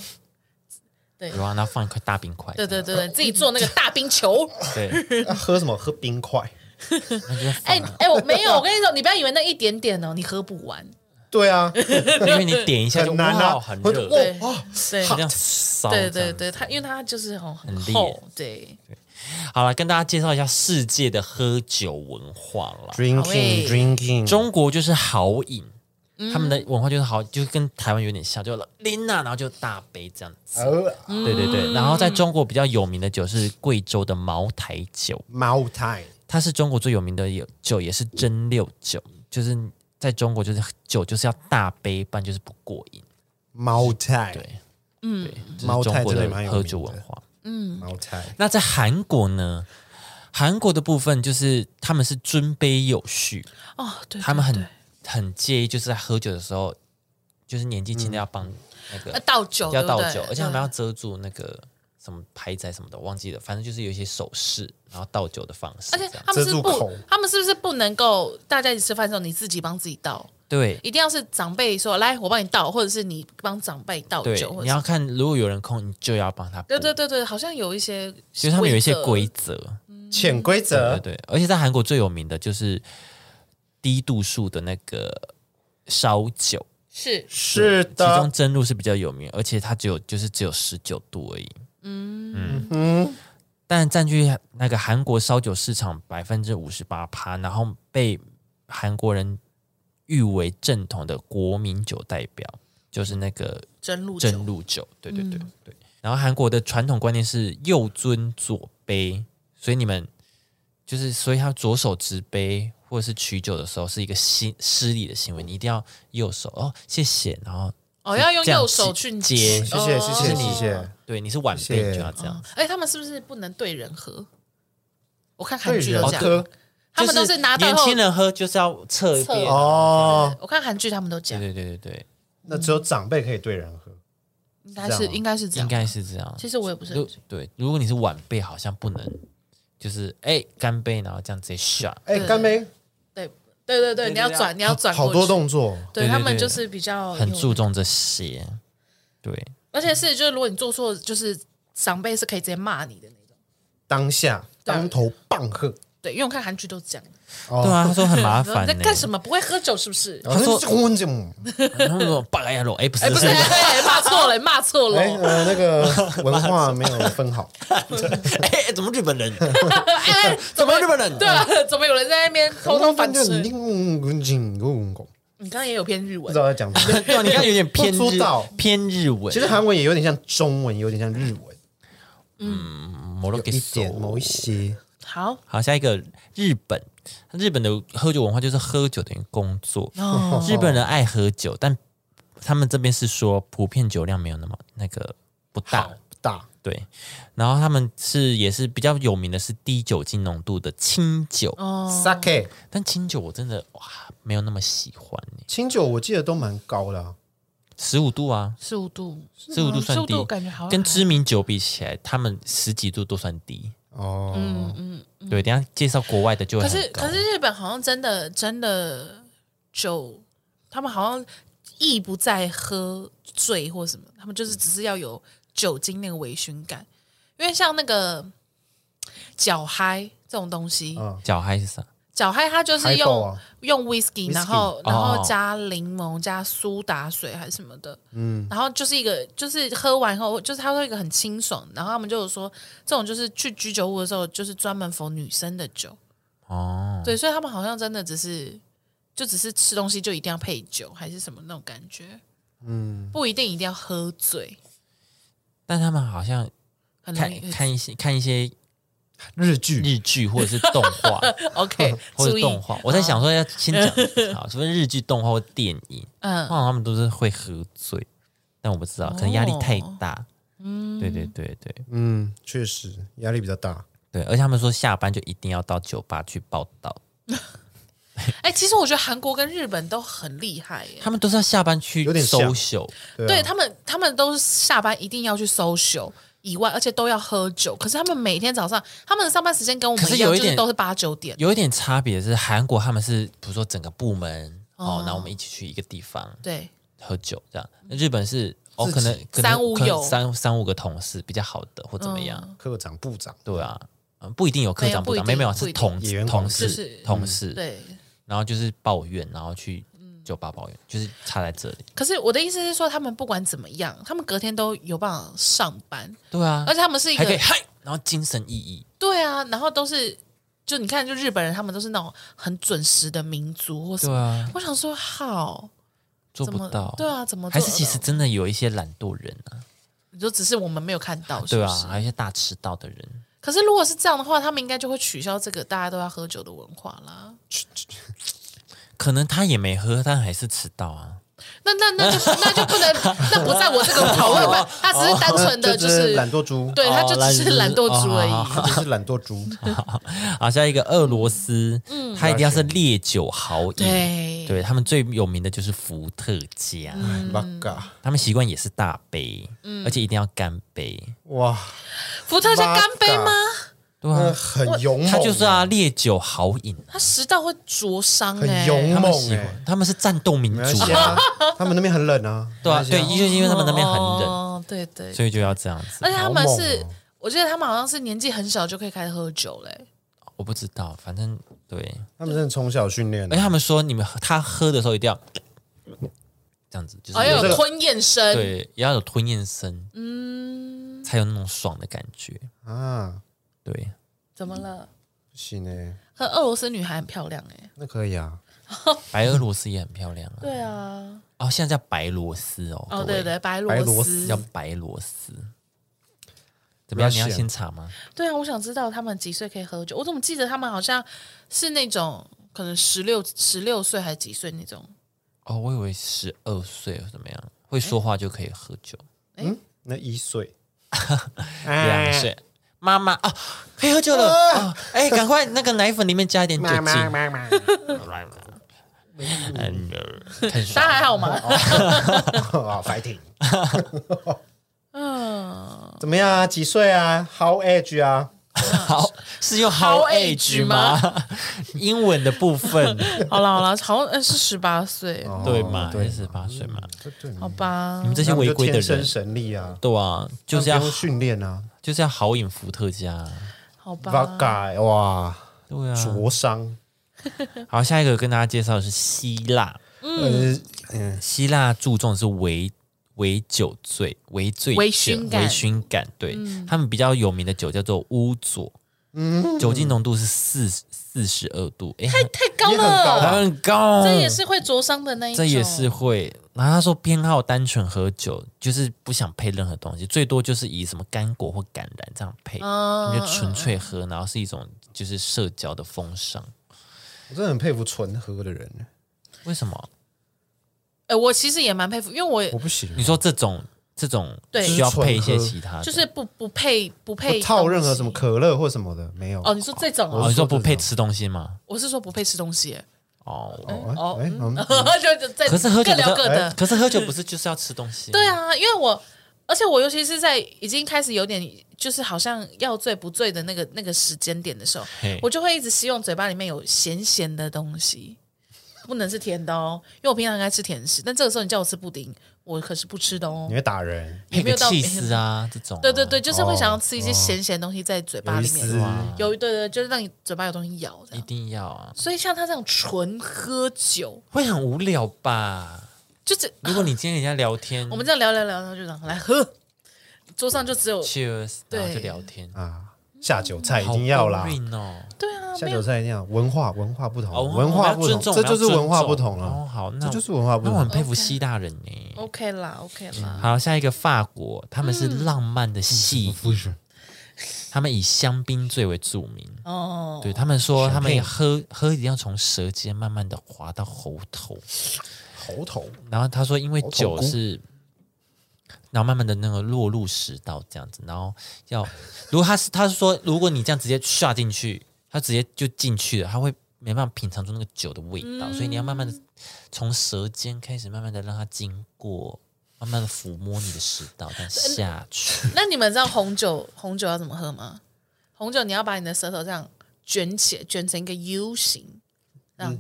Speaker 1: 有啊，那放一块大冰块，
Speaker 2: 对对对对，自己做那个大冰球。
Speaker 1: 对，
Speaker 4: 啊喝什么？喝冰块？
Speaker 2: 哎哎，我没有，我跟你说，你不要以为那一点点哦，你喝不完。
Speaker 4: 对啊，
Speaker 1: 因为你点一下就
Speaker 4: 很难啊
Speaker 1: 哇，很
Speaker 4: 我
Speaker 1: 热，
Speaker 2: 对
Speaker 4: 哇，
Speaker 2: 对
Speaker 1: 这样烧，
Speaker 2: 对
Speaker 1: 这样
Speaker 2: 对对，它因为它就是很很
Speaker 1: 很
Speaker 2: 厚，对，
Speaker 1: 好了，跟大家介绍一下世界的喝酒文化啦。
Speaker 2: 好欸
Speaker 4: drinking drinking，
Speaker 1: 中国就是好饮，他们的文化就是好，就是跟台湾有点像，就拎呐、然后就大杯这样子。
Speaker 4: 呃
Speaker 2: 嗯
Speaker 1: 对对对，然后在中国比较有名的酒是贵州的茅台酒，
Speaker 4: 茅台
Speaker 1: 它是中国最有名的有酒，也是蒸馏酒，就是在中国就是酒就是要大杯，不然就是不过瘾。
Speaker 4: 茅台
Speaker 1: 对，嗯，这
Speaker 4: 茅
Speaker 1: 是中
Speaker 4: 台
Speaker 1: 国
Speaker 4: 真的蛮有
Speaker 1: 喝酒
Speaker 4: 名的
Speaker 1: 文化。
Speaker 2: 嗯
Speaker 4: 茅台
Speaker 1: 那在韩国呢？韩国的部分就是他们是尊卑有序，
Speaker 2: 哦，对，
Speaker 1: 他们
Speaker 2: 对
Speaker 1: 很
Speaker 2: 对
Speaker 1: 很介意，就是在喝酒的时候，就是年纪轻的要帮那
Speaker 2: 要
Speaker 1: 个、
Speaker 2: 倒酒，
Speaker 1: 要
Speaker 2: 呃对不
Speaker 1: 倒
Speaker 2: 对嗯
Speaker 1: 酒，而且他们
Speaker 2: 对
Speaker 1: 要遮住那个什么牌仔什么的，忘记了，反正就是有一些手势，然后倒酒的方式
Speaker 2: 而
Speaker 1: 这
Speaker 2: 且
Speaker 1: 样，
Speaker 2: 他们是
Speaker 4: 遮住
Speaker 2: 不
Speaker 4: 口，
Speaker 2: 他们是不是不能够大家一起吃饭的时候你自己帮自己倒？
Speaker 1: 对。
Speaker 2: 一定要是长辈说来，我帮你倒，或者是你帮长辈倒
Speaker 1: 对
Speaker 2: 酒，，或
Speaker 1: 你
Speaker 2: 者
Speaker 1: 要
Speaker 2: 是
Speaker 1: 看，如果有人空，你就要帮他补。
Speaker 2: 对对对对，好像有一些规则，
Speaker 1: 其实他们有一些规则，
Speaker 4: 潜
Speaker 1: 对
Speaker 4: 规
Speaker 1: 对
Speaker 4: 则
Speaker 1: 对。而且在韩国最有名的就是低度数的那个烧酒，
Speaker 2: 是
Speaker 4: 是
Speaker 1: 其中
Speaker 4: 的，
Speaker 1: 真露是比较有名，而且它只有就是只有十九度而已。嗯但占据那个韩国烧酒市场百分之五十八趴，然后被韩国人誉为正统的国民酒代表，就是那个
Speaker 2: 真露酒
Speaker 1: 真露酒。对对
Speaker 2: 嗯
Speaker 1: 对对。然后韩国的传统观念是右尊左卑，所以你们就是所以他左手执杯，或者是取酒的时候是一个心失礼的行为，你一定要右手哦，谢谢，然后
Speaker 2: 哦，要用
Speaker 1: 这样
Speaker 2: 右手去
Speaker 1: 接
Speaker 4: 谢谢谢谢
Speaker 1: 是你
Speaker 4: 谢谢。
Speaker 1: 对你是晚辈
Speaker 4: 谢谢
Speaker 1: 你就要这样
Speaker 2: 哦。哎、他们是不是不能对人喝？我看韩
Speaker 4: 对
Speaker 2: 剧
Speaker 4: 人
Speaker 2: 都
Speaker 1: 哦
Speaker 2: 这样，
Speaker 1: 对
Speaker 4: 喝
Speaker 2: 他们都
Speaker 1: 就是
Speaker 2: 拿到
Speaker 1: 年
Speaker 2: 后
Speaker 1: 轻人喝就是要侧一
Speaker 2: 侧
Speaker 1: 边
Speaker 2: 哦
Speaker 4: 哦，
Speaker 2: 我看韩剧他们都这
Speaker 1: 对
Speaker 2: 样，
Speaker 1: 对对对对，
Speaker 4: 那只有长辈可以对人喝。
Speaker 2: 应该
Speaker 4: 这
Speaker 2: 是
Speaker 4: 样吗
Speaker 2: 应该是这
Speaker 1: 应
Speaker 2: 样。
Speaker 1: 该是这样。
Speaker 2: 其实我也不是很
Speaker 1: 如对，如果你是晚辈，好像不能，就是哎干杯，然后这样直接 shot。
Speaker 4: 哎，干杯！
Speaker 2: 对对对
Speaker 1: 对
Speaker 2: 对，你要转你要转
Speaker 4: 好
Speaker 2: 过
Speaker 4: 多
Speaker 2: 去
Speaker 4: 动作，
Speaker 2: 对
Speaker 1: 对对
Speaker 2: 他们
Speaker 1: 对
Speaker 2: 就是比较
Speaker 1: 很
Speaker 2: 有
Speaker 1: 注，重这些。对，
Speaker 2: 而且是就是如果你做错，就是长辈是可以直接骂你的那种。
Speaker 4: 当下
Speaker 2: 对
Speaker 4: 当头棒喝。
Speaker 2: 对，因为我看韩剧都是这样，
Speaker 4: 哦
Speaker 1: 对啊，他说很 麻
Speaker 2: 你说
Speaker 1: 烦
Speaker 2: 你在
Speaker 1: 呢。
Speaker 2: 干什么？不会喝酒是不是？
Speaker 4: 他
Speaker 1: 说
Speaker 4: 婚这种，
Speaker 1: 然后说八嘎呀罗，哎不是
Speaker 2: 哎，不是， 哎骂错了，骂错
Speaker 4: 哎，
Speaker 2: 了。
Speaker 4: 呃，那个文化没有分好，
Speaker 1: 哎怎么日 本人？
Speaker 2: 哎，
Speaker 1: 怎么日本人？
Speaker 2: 对啊，怎么有人在那边偷偷反
Speaker 4: 就
Speaker 2: 吃？
Speaker 4: 你不
Speaker 2: 你刚刚也有偏日文
Speaker 4: 知，道在讲什么。
Speaker 1: 对啊，你看有点偏
Speaker 4: 不
Speaker 1: 日
Speaker 4: 知道
Speaker 1: 偏日文，
Speaker 4: 其实韩文也有点像中文，有点像日文，
Speaker 1: 摩洛哥
Speaker 4: 一点哦某一些。
Speaker 2: 好
Speaker 1: 好，下一个日本，日本的喝酒文化就是喝酒等于工作。
Speaker 2: 哦，
Speaker 1: 日本人爱喝酒，但他们这边是说普遍酒量没有那么那个不大，
Speaker 4: 大
Speaker 1: 对。然后他们是也是比较有名的是低酒精浓度的清酒，
Speaker 2: 哦
Speaker 4: sake
Speaker 1: 但清酒我真的哇没有那么喜欢耶，
Speaker 4: 清酒我记得都蛮高的啊，
Speaker 1: 十五度啊，
Speaker 2: 十五度，
Speaker 1: 十五度算
Speaker 2: 15
Speaker 1: 低，
Speaker 2: 度感觉好像
Speaker 1: 跟
Speaker 2: 还
Speaker 1: 知名酒比起来，他们十几度都算低。
Speaker 4: 哦，
Speaker 1: 对，等一下介绍国外的就会
Speaker 2: 嗯可
Speaker 1: 很
Speaker 2: 是
Speaker 1: 高
Speaker 2: 可是日本好像真的真的酒，他们好像意不在喝醉或什么，他们就是只是要有酒精那个微醺感，因为像那个脚嗨这种东西，
Speaker 4: 嗯
Speaker 1: 脚嗨是啥？
Speaker 2: 脚嗨它就是
Speaker 4: 嗨爆
Speaker 2: 用、
Speaker 4: 啊
Speaker 2: 用 whisky，
Speaker 4: Whisky，
Speaker 2: 然后然后加柠檬加苏打水还是什么的，嗯，然后就是一个就是喝完以后就是它会一个很清爽，然后他们就有说这种就是去居酒屋的时候就是专门逢女生的酒。
Speaker 1: 哦，
Speaker 2: 对，所以他们好像真的只是，就只是吃东西就一定要配酒，还是什么那种感觉。嗯，不一定一定要喝醉，
Speaker 1: 但他们好像
Speaker 2: 很容
Speaker 1: 看
Speaker 2: 易。
Speaker 1: 看一些看一些
Speaker 4: 日剧
Speaker 1: 日剧或者是动 画
Speaker 2: OK，
Speaker 1: 或
Speaker 2: 注
Speaker 1: 者
Speaker 2: 意，哦
Speaker 1: 动画，我在想说要先讲 好，除非日剧、动画或电影，
Speaker 2: 嗯
Speaker 1: 通，常他们都是会喝醉，但我不知道，可能压力太
Speaker 2: 哦
Speaker 1: 大。嗯，对对对对
Speaker 4: 嗯，确实压力比较大。
Speaker 1: 对，而且他们说下班就一定要到酒吧去报道，
Speaker 2: 哎、其实我觉得韩国跟日本都很厉害耶。
Speaker 1: 他们都是要下班去
Speaker 4: 有点像
Speaker 1: social，
Speaker 4: 啊
Speaker 2: 对他们，他们都是下班一定要去 social 以外，而且都要喝酒。可是他们每天早上，他们的上班时间跟我们
Speaker 1: 可是
Speaker 2: 一样，
Speaker 1: 有一
Speaker 2: 就是
Speaker 1: 点
Speaker 2: 都是八九点。
Speaker 1: 有一点差别是韩国他们是比如说整个部门哦，然后我们一起去一个地方
Speaker 2: 对，
Speaker 1: 喝酒这样，日本是哦
Speaker 4: 自己
Speaker 1: 可能可能
Speaker 2: 三五
Speaker 1: 可能
Speaker 2: 友
Speaker 1: 三三五个同事比较好的或怎么样，
Speaker 4: 科长、部长，
Speaker 1: 对啊，嗯，不一定有科长
Speaker 2: 没有不
Speaker 1: 部
Speaker 2: 一
Speaker 1: 长，
Speaker 2: 定
Speaker 1: 没有没有
Speaker 2: 不
Speaker 1: 是
Speaker 2: 一定
Speaker 1: 同
Speaker 4: 演员
Speaker 1: 同
Speaker 4: 公司
Speaker 1: 事
Speaker 2: 是嗯
Speaker 1: 同事，
Speaker 2: 对，嗯
Speaker 1: 然后就是抱怨，然后去酒吧抱怨，就是差在这里。
Speaker 2: 可是我的意思是说，他们不管怎么样，他们隔天都有办法上班，
Speaker 1: 对啊
Speaker 2: 而，且他们是一
Speaker 1: 还
Speaker 2: 个
Speaker 1: 可以嗨，然后精神奕奕。
Speaker 2: 对啊，然后都是就你看，就日本人他们都是那种很准时的民族或什
Speaker 1: 对
Speaker 2: 么。
Speaker 1: 啊，
Speaker 2: 我想说，好，
Speaker 1: 做
Speaker 2: 怎
Speaker 1: 不
Speaker 2: 么
Speaker 1: 到。
Speaker 2: 对啊，怎么
Speaker 1: 还
Speaker 2: 做
Speaker 1: 是其实
Speaker 2: 得到
Speaker 1: 真的有一些懒惰人啊，
Speaker 2: 你就只是我们没有看到，是
Speaker 1: 对
Speaker 2: 不
Speaker 1: 啊
Speaker 2: 是？，
Speaker 1: 还有一些大迟到的人。
Speaker 2: 可是如果是这样的话，他们应该就会取消这个大家都要喝酒的文化啦。
Speaker 1: 可能他也没喝，但还是迟到啊。
Speaker 2: 那那那就那就不能，那不在我 这个讨论吧。他只是单纯的
Speaker 4: 就
Speaker 2: 就是
Speaker 4: 懒惰猪，
Speaker 2: 对，他就只是懒惰猪而
Speaker 1: 哦
Speaker 2: 已。
Speaker 4: 只是懒惰猪。
Speaker 1: 好，下一个俄罗斯，嗯，他一定要是烈酒豪饮，
Speaker 2: 对
Speaker 1: 嗯对他们最有名的就是伏特加，
Speaker 2: 嗯
Speaker 4: 八嘎，
Speaker 1: 他们习惯也是大杯，而且一定要干杯，
Speaker 4: 哇，
Speaker 2: 伏特加干杯吗？
Speaker 1: 对
Speaker 4: 那
Speaker 1: 啊，
Speaker 4: 很勇猛，
Speaker 1: 他就是啊，，烈酒豪饮，
Speaker 2: 他食道会灼伤
Speaker 4: 很
Speaker 2: 哎、
Speaker 4: 勇
Speaker 1: 他们
Speaker 4: 猛
Speaker 1: 喜
Speaker 4: 哎
Speaker 1: 欢，，他们是战斗民
Speaker 4: 没关
Speaker 1: 族
Speaker 4: 系，啊， 他们那边很冷啊，
Speaker 1: 对啊，
Speaker 4: 没关
Speaker 1: 对，
Speaker 4: 系啊
Speaker 1: 就是因为他们那边很冷，
Speaker 2: 哦，对对
Speaker 1: 所以就要这样子
Speaker 2: 而。且他们是，
Speaker 4: 好猛哦
Speaker 2: 我记得他们好像是年纪很小就可以开始喝酒嘞、
Speaker 1: 我不知道，反正对，
Speaker 4: 他们真的从小训练啊
Speaker 1: 而且，他们说你们喝他喝的时候一定要这样子，就是
Speaker 2: 哦，要
Speaker 4: 这
Speaker 2: 有
Speaker 4: 个
Speaker 2: 吞咽声，
Speaker 1: 嗯对，也要有吞咽声，嗯，才有那种爽的感觉。
Speaker 4: 啊，
Speaker 1: 对，
Speaker 2: 怎么了？
Speaker 4: 不行哎，
Speaker 2: 可俄罗斯女孩很漂亮哎、
Speaker 4: 那可以啊，
Speaker 1: 白俄罗斯也很漂亮啊。
Speaker 2: 对啊，
Speaker 1: 哦，现在叫白罗斯哦。
Speaker 2: 哦
Speaker 1: 各位
Speaker 2: 对，对，白
Speaker 4: 白
Speaker 2: 罗
Speaker 4: 罗
Speaker 2: 斯
Speaker 1: 叫，白罗斯。怎么样？
Speaker 4: 不
Speaker 1: 你
Speaker 4: 要
Speaker 1: 要
Speaker 4: 写
Speaker 1: 先查吗？
Speaker 2: 对啊，我想知道他们几岁可以喝酒。我怎么记得他们好像是那种可能十六十六岁还几岁那种，
Speaker 1: 哦，我以为十二岁或怎么样，会说话就可以喝酒。
Speaker 4: 那一岁，
Speaker 1: 两岁，妈妈哦，可以喝酒了哦，哎，赶快那个奶粉里面加一
Speaker 4: 哎
Speaker 1: 点酒精。 嗯太爽
Speaker 2: 大家
Speaker 1: 了
Speaker 2: 还好吗？
Speaker 4: 啊，fighting，
Speaker 2: 嗯，
Speaker 4: 怎么样啊？几岁啊？How age 啊？
Speaker 1: 好是用
Speaker 2: How
Speaker 1: how
Speaker 2: age
Speaker 1: age 吗？ 英文的部 分
Speaker 2: 好了好了，好像呃是十八岁，
Speaker 1: 哦对嘛？
Speaker 4: 对
Speaker 1: 二十八岁嘛？
Speaker 4: 对对，
Speaker 2: 好吧
Speaker 1: 你？们这些违规的
Speaker 4: 天生
Speaker 1: 人，
Speaker 4: 神力啊，
Speaker 1: 对啊，就是要
Speaker 4: 不用训练啊
Speaker 1: 就是要好饮伏特加，
Speaker 2: 好吧，
Speaker 4: ，Vaga 哇，
Speaker 1: 对啊。
Speaker 4: 灼伤，
Speaker 1: 好，下一个跟大家介绍的是希腊，
Speaker 4: 呃，嗯
Speaker 1: 希腊注重的是微微酒醉、微醉酒、
Speaker 2: 微醺感嗯
Speaker 1: 微醺感。对、他们比较有名的酒叫做乌佐，
Speaker 4: 嗯
Speaker 1: 酒精浓度是四四十二度，哎、
Speaker 2: 太高
Speaker 4: 也很高
Speaker 2: 了，
Speaker 1: 还很高，啊
Speaker 2: 这也是会灼伤的那一种，
Speaker 1: 这也是会。然后他说偏好单纯喝酒，就是不想配任何东西，最多就是以什么干果或橄榄这样配，
Speaker 2: 嗯
Speaker 1: 你就纯粹喝，然后是一种就是社交的风尚。
Speaker 4: 我真的很佩服纯喝的人，
Speaker 1: 为什么？
Speaker 2: 哎，我其实也蛮佩服，因为我也
Speaker 4: 我不行，
Speaker 1: 你说这种这种
Speaker 2: 对
Speaker 1: 需要配一些
Speaker 4: 就是纯喝
Speaker 1: 其他的，
Speaker 2: 就是不不配不
Speaker 4: 不
Speaker 2: 配
Speaker 4: 套任何
Speaker 2: 东西
Speaker 4: 什么可乐或什么的没有。
Speaker 2: 哦，你说这种
Speaker 1: 哦，
Speaker 2: 哦，
Speaker 1: 你说不配吃东西吗？
Speaker 2: 我是说不配吃东西耶，
Speaker 1: 哦，
Speaker 4: 哦，哎，嗯
Speaker 2: 就就在
Speaker 1: 可是喝酒
Speaker 2: 各
Speaker 1: 不是
Speaker 2: 聊各的，
Speaker 1: 可是喝酒不是就是要吃东西？
Speaker 2: 对，啊，因为我而且我尤其是在已经开始有点就是好像要醉不醉的那个那个时间点的时候
Speaker 1: 嘿，
Speaker 2: 我就会一直希望嘴巴里面有咸咸的东西。不能是甜的哦，因为我平常很爱吃甜食，但这个时候你叫我吃布丁，我可是不吃的哦
Speaker 4: 你。会打人，
Speaker 1: 配
Speaker 2: 也
Speaker 1: 个
Speaker 2: 没有到
Speaker 1: 气司啊这种啊。
Speaker 2: 对对对，就是会想要吃一些咸咸的东西在嘴巴
Speaker 4: 有意
Speaker 2: 里面，
Speaker 4: 思，
Speaker 2: 有对对，就是让你嘴巴有东西咬这
Speaker 1: 一
Speaker 2: 样。
Speaker 1: 定要啊，
Speaker 2: 所以像他这样纯喝酒，
Speaker 1: 会很无聊 吧？
Speaker 2: 就是
Speaker 1: 如果你今天跟人家聊天，
Speaker 2: 我们这样聊聊聊，然后就让他来喝，桌上就只有
Speaker 1: cheers，
Speaker 2: 对
Speaker 1: 然后就聊天，
Speaker 4: 啊，下酒菜一定要啦
Speaker 1: 好，boring 哦。
Speaker 2: 对啊，
Speaker 4: 下
Speaker 2: 没
Speaker 4: 酒
Speaker 2: 有
Speaker 4: 菜一定要文化文化不同
Speaker 1: 哦，
Speaker 4: 文化
Speaker 1: 我
Speaker 4: 不
Speaker 1: 们要
Speaker 4: 同，
Speaker 1: 尊重，
Speaker 4: 这就是
Speaker 1: 我们要
Speaker 4: 文化
Speaker 1: 尊重
Speaker 4: 不同啊
Speaker 1: 哦，
Speaker 4: 了，
Speaker 1: 好，那
Speaker 4: 这
Speaker 1: 我
Speaker 4: 就是文化不
Speaker 1: 那我很
Speaker 4: 同。
Speaker 1: 佩服
Speaker 2: OK
Speaker 1: 希腊人呢。
Speaker 2: OK 啦，OK 啦，
Speaker 1: 好，下一个法国，他们
Speaker 2: 嗯
Speaker 1: 是浪漫的戏，
Speaker 4: 嗯
Speaker 1: 他们以香槟最为著名。
Speaker 2: 哦，
Speaker 1: 对他们说，他们也喝喝一定要从舌尖慢慢的滑到喉头。
Speaker 4: 猴头
Speaker 1: 然后他说，因为
Speaker 4: 好
Speaker 1: 酒
Speaker 4: 痛苦
Speaker 1: 是，然后慢慢的那个落入食道这样子，然后要，如果他是他是说，如果你这样直接下进去，他直接就进去了，他会没办法品尝出那个酒的味道，所以你要慢慢的从舌尖开始，慢慢的让它经过，慢慢的抚摸你的食道，再下 去。
Speaker 2: 那你们知道红酒红酒要怎么喝吗？红酒你要把你的舌头这样卷起，卷成一个 U 型，这样，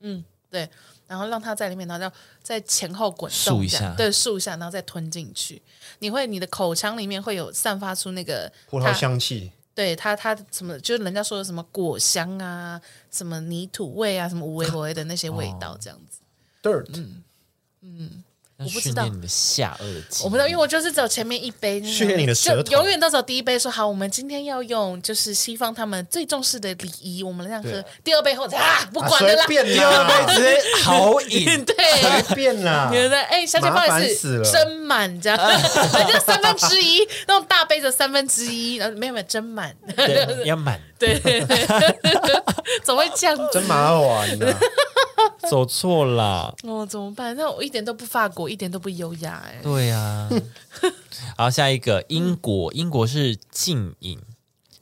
Speaker 2: 嗯对，然后让它在里面，然后再前后滚
Speaker 1: 竖
Speaker 2: 动
Speaker 1: 一
Speaker 2: 这样
Speaker 1: 下
Speaker 2: 对，竖一下，然后再吞进去。你会你的口腔里面会有散发出那个
Speaker 4: 葡萄
Speaker 2: 它
Speaker 4: 香气，
Speaker 2: 对它，它什么就是人家说的什么果香啊，什么泥土味啊，什么无为不为的那些味
Speaker 4: 哦
Speaker 2: 道，这样子。
Speaker 4: dirt
Speaker 1: 要
Speaker 2: 不知
Speaker 1: 训
Speaker 2: 道
Speaker 1: 练你的下颚的肌
Speaker 2: 我不知道，因为我就是只有前面一杯，
Speaker 4: 训练你的舌头
Speaker 2: 就永远都只有第一杯说好，我们今天要用就是西方他们最重视的礼仪，我们这样喝。第二杯后啊，不
Speaker 4: 啊，
Speaker 2: 管了
Speaker 4: 随
Speaker 2: 啦，，
Speaker 4: 便 啦，
Speaker 1: 直接好饮
Speaker 2: 对。
Speaker 4: 随便啦
Speaker 2: 你，觉得哎，小姐不
Speaker 4: 麻
Speaker 2: 好
Speaker 4: 烦
Speaker 2: 意
Speaker 4: 死
Speaker 2: 思，
Speaker 4: 了
Speaker 2: 斟满这样， 就三分之一那种大杯子三分之一，然后没有没有斟满，
Speaker 1: 对，要满
Speaker 2: 对， 对对怎么会这样子？
Speaker 4: 真麻烦啊呐。
Speaker 1: 走错了。
Speaker 2: 哦，怎么办？那我一点都不法国，一点都不优雅哎、
Speaker 1: 对呀、好，下一个英国，英国是禁饮，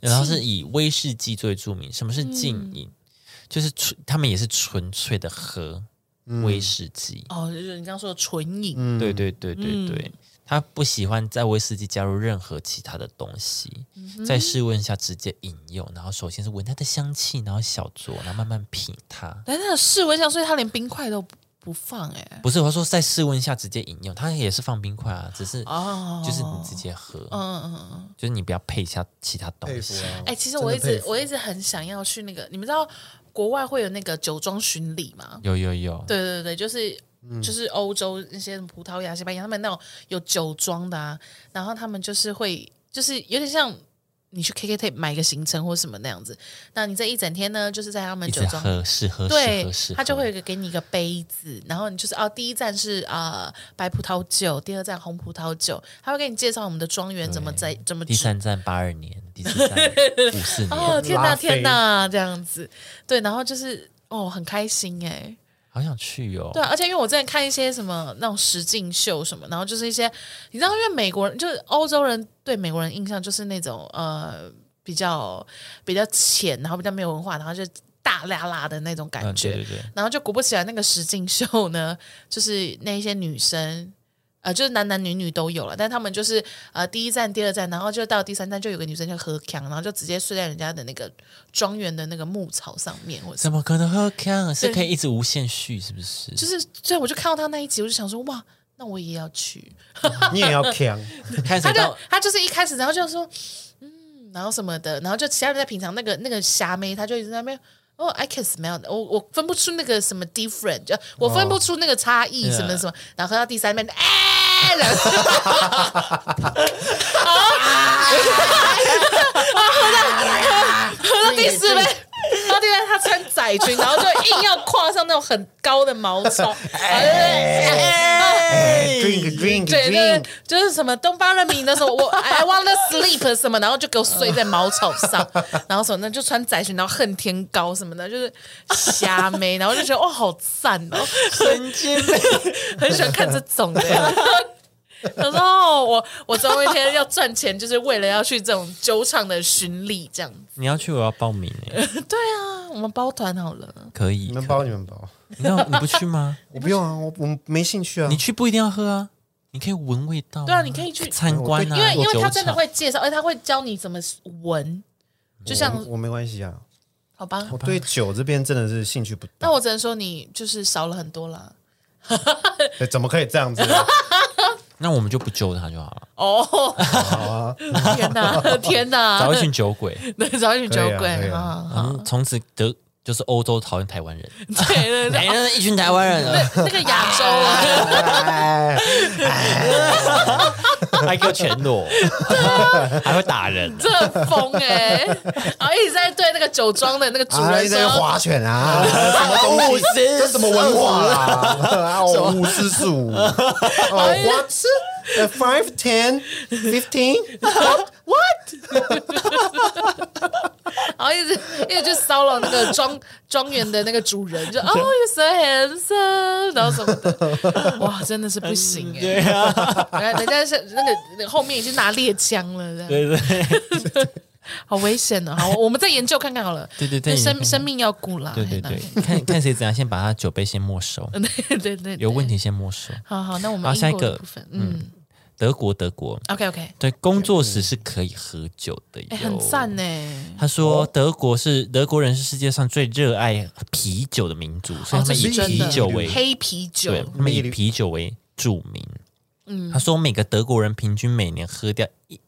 Speaker 1: 然后是以威士忌最著名。什么是禁饮？就是纯，他们也是纯粹的喝威士忌。
Speaker 2: 哦，就是你刚刚说的纯饮，
Speaker 4: 嗯
Speaker 1: 对对对对对，他不喜欢在威士忌加入任何其他的东西，在室温下直接饮用。然后首先是闻它的香气，然后小酌，然后慢慢品它。
Speaker 2: 但那个室温香，所以他连冰块都不不放哎、
Speaker 1: 不是，我说在室温下直接饮用，它也是放冰块啊，只是
Speaker 2: 哦，
Speaker 1: 就是你直接喝。
Speaker 2: 嗯嗯嗯嗯，
Speaker 1: 就是你不要配一下其他东
Speaker 4: 佩
Speaker 1: 西
Speaker 4: 服。啊！
Speaker 2: 哎、其实我一
Speaker 4: 真的
Speaker 2: 直
Speaker 4: 佩服
Speaker 2: 我一直很想要去那个，你们知道国外会有那个酒庄巡礼吗？
Speaker 1: 有有有，
Speaker 2: 对对对，就是。
Speaker 4: 嗯
Speaker 2: 就是欧洲那些葡萄牙、西班牙，他们那种有酒庄的啊，然后他们就是会，就是有点像你去 KK T 买一个行程或什么那样子。那你这一整天呢，就是在他们
Speaker 1: 一
Speaker 2: 酒
Speaker 1: 直
Speaker 2: 庄
Speaker 1: 喝是喝是
Speaker 2: 对
Speaker 1: 喝是，喝，
Speaker 2: 他就会有一个给你一个杯子，然后你就是哦，第一站是呃白葡萄酒，第二站红葡萄酒，他会给你介绍我们的庄园怎么在怎么
Speaker 1: 第
Speaker 2: 煮。
Speaker 1: 三站八二 年，第四站五四年，
Speaker 2: 哦天哪
Speaker 4: 拉菲
Speaker 2: 天哪，这样子对，然后就是哦，很开心哎、
Speaker 1: 好想去哦。
Speaker 2: 对啊，而且因为我之前看一些什么那种实境秀什么，然后就是一些你知道，因为美国人就是欧洲人对美国人印象就是那种呃比较比较浅，然后比较没有文化，然后就大拉拉的那种感
Speaker 1: 嗯，
Speaker 2: 觉。
Speaker 1: 对对对，
Speaker 2: 然后就果不其然，那个实境秀呢， 就是那一些女生，呃，就是男男女女都有了，但他们就是呃第一站、第二站，然后就到第三站就有个女生就喝强，然后就直接睡在人家的那个庄园的那个牧草上面，或者
Speaker 1: 怎么可能喝康啊是可以一直无限续，是不是？
Speaker 2: 就是，所以我就看到他那一集，我就想说，哇，那我也要去。
Speaker 4: 你也要强，
Speaker 1: 看
Speaker 2: 他
Speaker 1: 谁
Speaker 2: 就
Speaker 1: 到
Speaker 2: 他就是一开始，然后就说，嗯，然后什么的，然后就其他人在品尝那个那个虾妹，他就一直在那边。哦、i can smell，the- 我我分不出那个什么 different，就我分不出那个差异什么什么然后喝到第三杯，哎，然后哦然后喝到喝到第四杯，喝到第三杯他穿窄裙，然后就硬要跨上那种很高的毛哎草，哎
Speaker 4: 哎 drink drink
Speaker 2: 对对对，
Speaker 4: drink，
Speaker 2: 就是什么 Don't bother me 那时候我 I want to sleep 什么，然后就给我睡在茅草上， 然后什么那就穿窄裙，然后恨天高什么的，就是瞎妹，然后就觉得哇好赞哦，
Speaker 1: 神经病，
Speaker 2: 很喜欢看这种的。 他说：“哦，我我总有一天要赚钱，就是为了要去这种酒厂的巡礼，这样子。
Speaker 1: 你要去，我要报名哎，
Speaker 2: 对啊，我们包团好了。
Speaker 1: 可以
Speaker 4: 你。们包你们包，
Speaker 1: 你要你不去 吗？
Speaker 4: 我不用啊，我我没兴趣啊
Speaker 1: 你。去不一定要喝啊，你可以闻味道。
Speaker 2: 对啊，你可以去，
Speaker 1: 参观啊，
Speaker 2: 因为因为
Speaker 1: 酒
Speaker 2: 他
Speaker 1: 厂
Speaker 2: 真的会介绍，而且哎他会教你怎么闻，就像
Speaker 4: 我我没关系啊，
Speaker 2: 好吧，
Speaker 4: 我对酒这边真的是兴趣不大
Speaker 2: 那。我只能说你就是少了很多啦。
Speaker 4: 对哎怎么可以这样子？啊
Speaker 1: 那我们就不揪他就好了，
Speaker 2: 哦，
Speaker 4: 好啊，
Speaker 2: 天哪， 天哪！
Speaker 1: 找一群酒鬼，
Speaker 2: 啊对，找一群酒
Speaker 4: 可以啊可
Speaker 2: 鬼
Speaker 4: 以啊
Speaker 2: 啊！
Speaker 1: 然后从此得就是欧洲讨厌台湾人，
Speaker 2: 对对 对，
Speaker 1: 哎，那一群台湾 人
Speaker 2: 那个亚洲啊，
Speaker 4: 哎
Speaker 1: 还给我全裸，
Speaker 2: 啊
Speaker 1: 还会打人，
Speaker 2: 这很疯哎！然后一直在对那个酒庄的那个主
Speaker 4: 啊，
Speaker 2: 人
Speaker 4: 一直在
Speaker 2: 说，
Speaker 4: 划 拳啊，什么
Speaker 1: 哦
Speaker 4: 东西？这什么文化 啦？哦，五四十五，哦，what？Five, ten, fifteen，
Speaker 2: 然后一直一直去骚扰那个庄庄园的那个主人， 就哦，you so handsome，然后什么的，哇，真的是不行 哎！
Speaker 1: 啊，
Speaker 2: 人家人家是那个那个后面已经拿猎枪了，这 样
Speaker 1: 对对
Speaker 2: 好危险哦！好，我们再研究看看好了。
Speaker 1: 对对对
Speaker 2: 生生命要顾啦。
Speaker 1: 对对
Speaker 2: 嘿
Speaker 1: 对，看看谁怎样，先把他酒杯先没收，
Speaker 2: 呐 对对对，
Speaker 1: 有问
Speaker 2: 题。
Speaker 1: 题先没收。
Speaker 2: 好好，那我们
Speaker 1: 好下一
Speaker 2: 英国的
Speaker 1: 个
Speaker 2: 部分，嗯
Speaker 1: 德国德国，
Speaker 2: ，OK OK，
Speaker 1: 对，工作时是可以喝酒的哟，
Speaker 2: 哎，很赞呢。
Speaker 1: 他说，德国是德国人是世界上最热爱啤酒的民族，所以
Speaker 2: 哦
Speaker 1: 他
Speaker 2: 这
Speaker 1: 们以
Speaker 2: 是真
Speaker 1: 啤
Speaker 2: 的
Speaker 1: 酒为
Speaker 2: 黑啤酒
Speaker 1: 对，他们以啤酒为著名。嗯，他说每个德国人平均每年喝掉一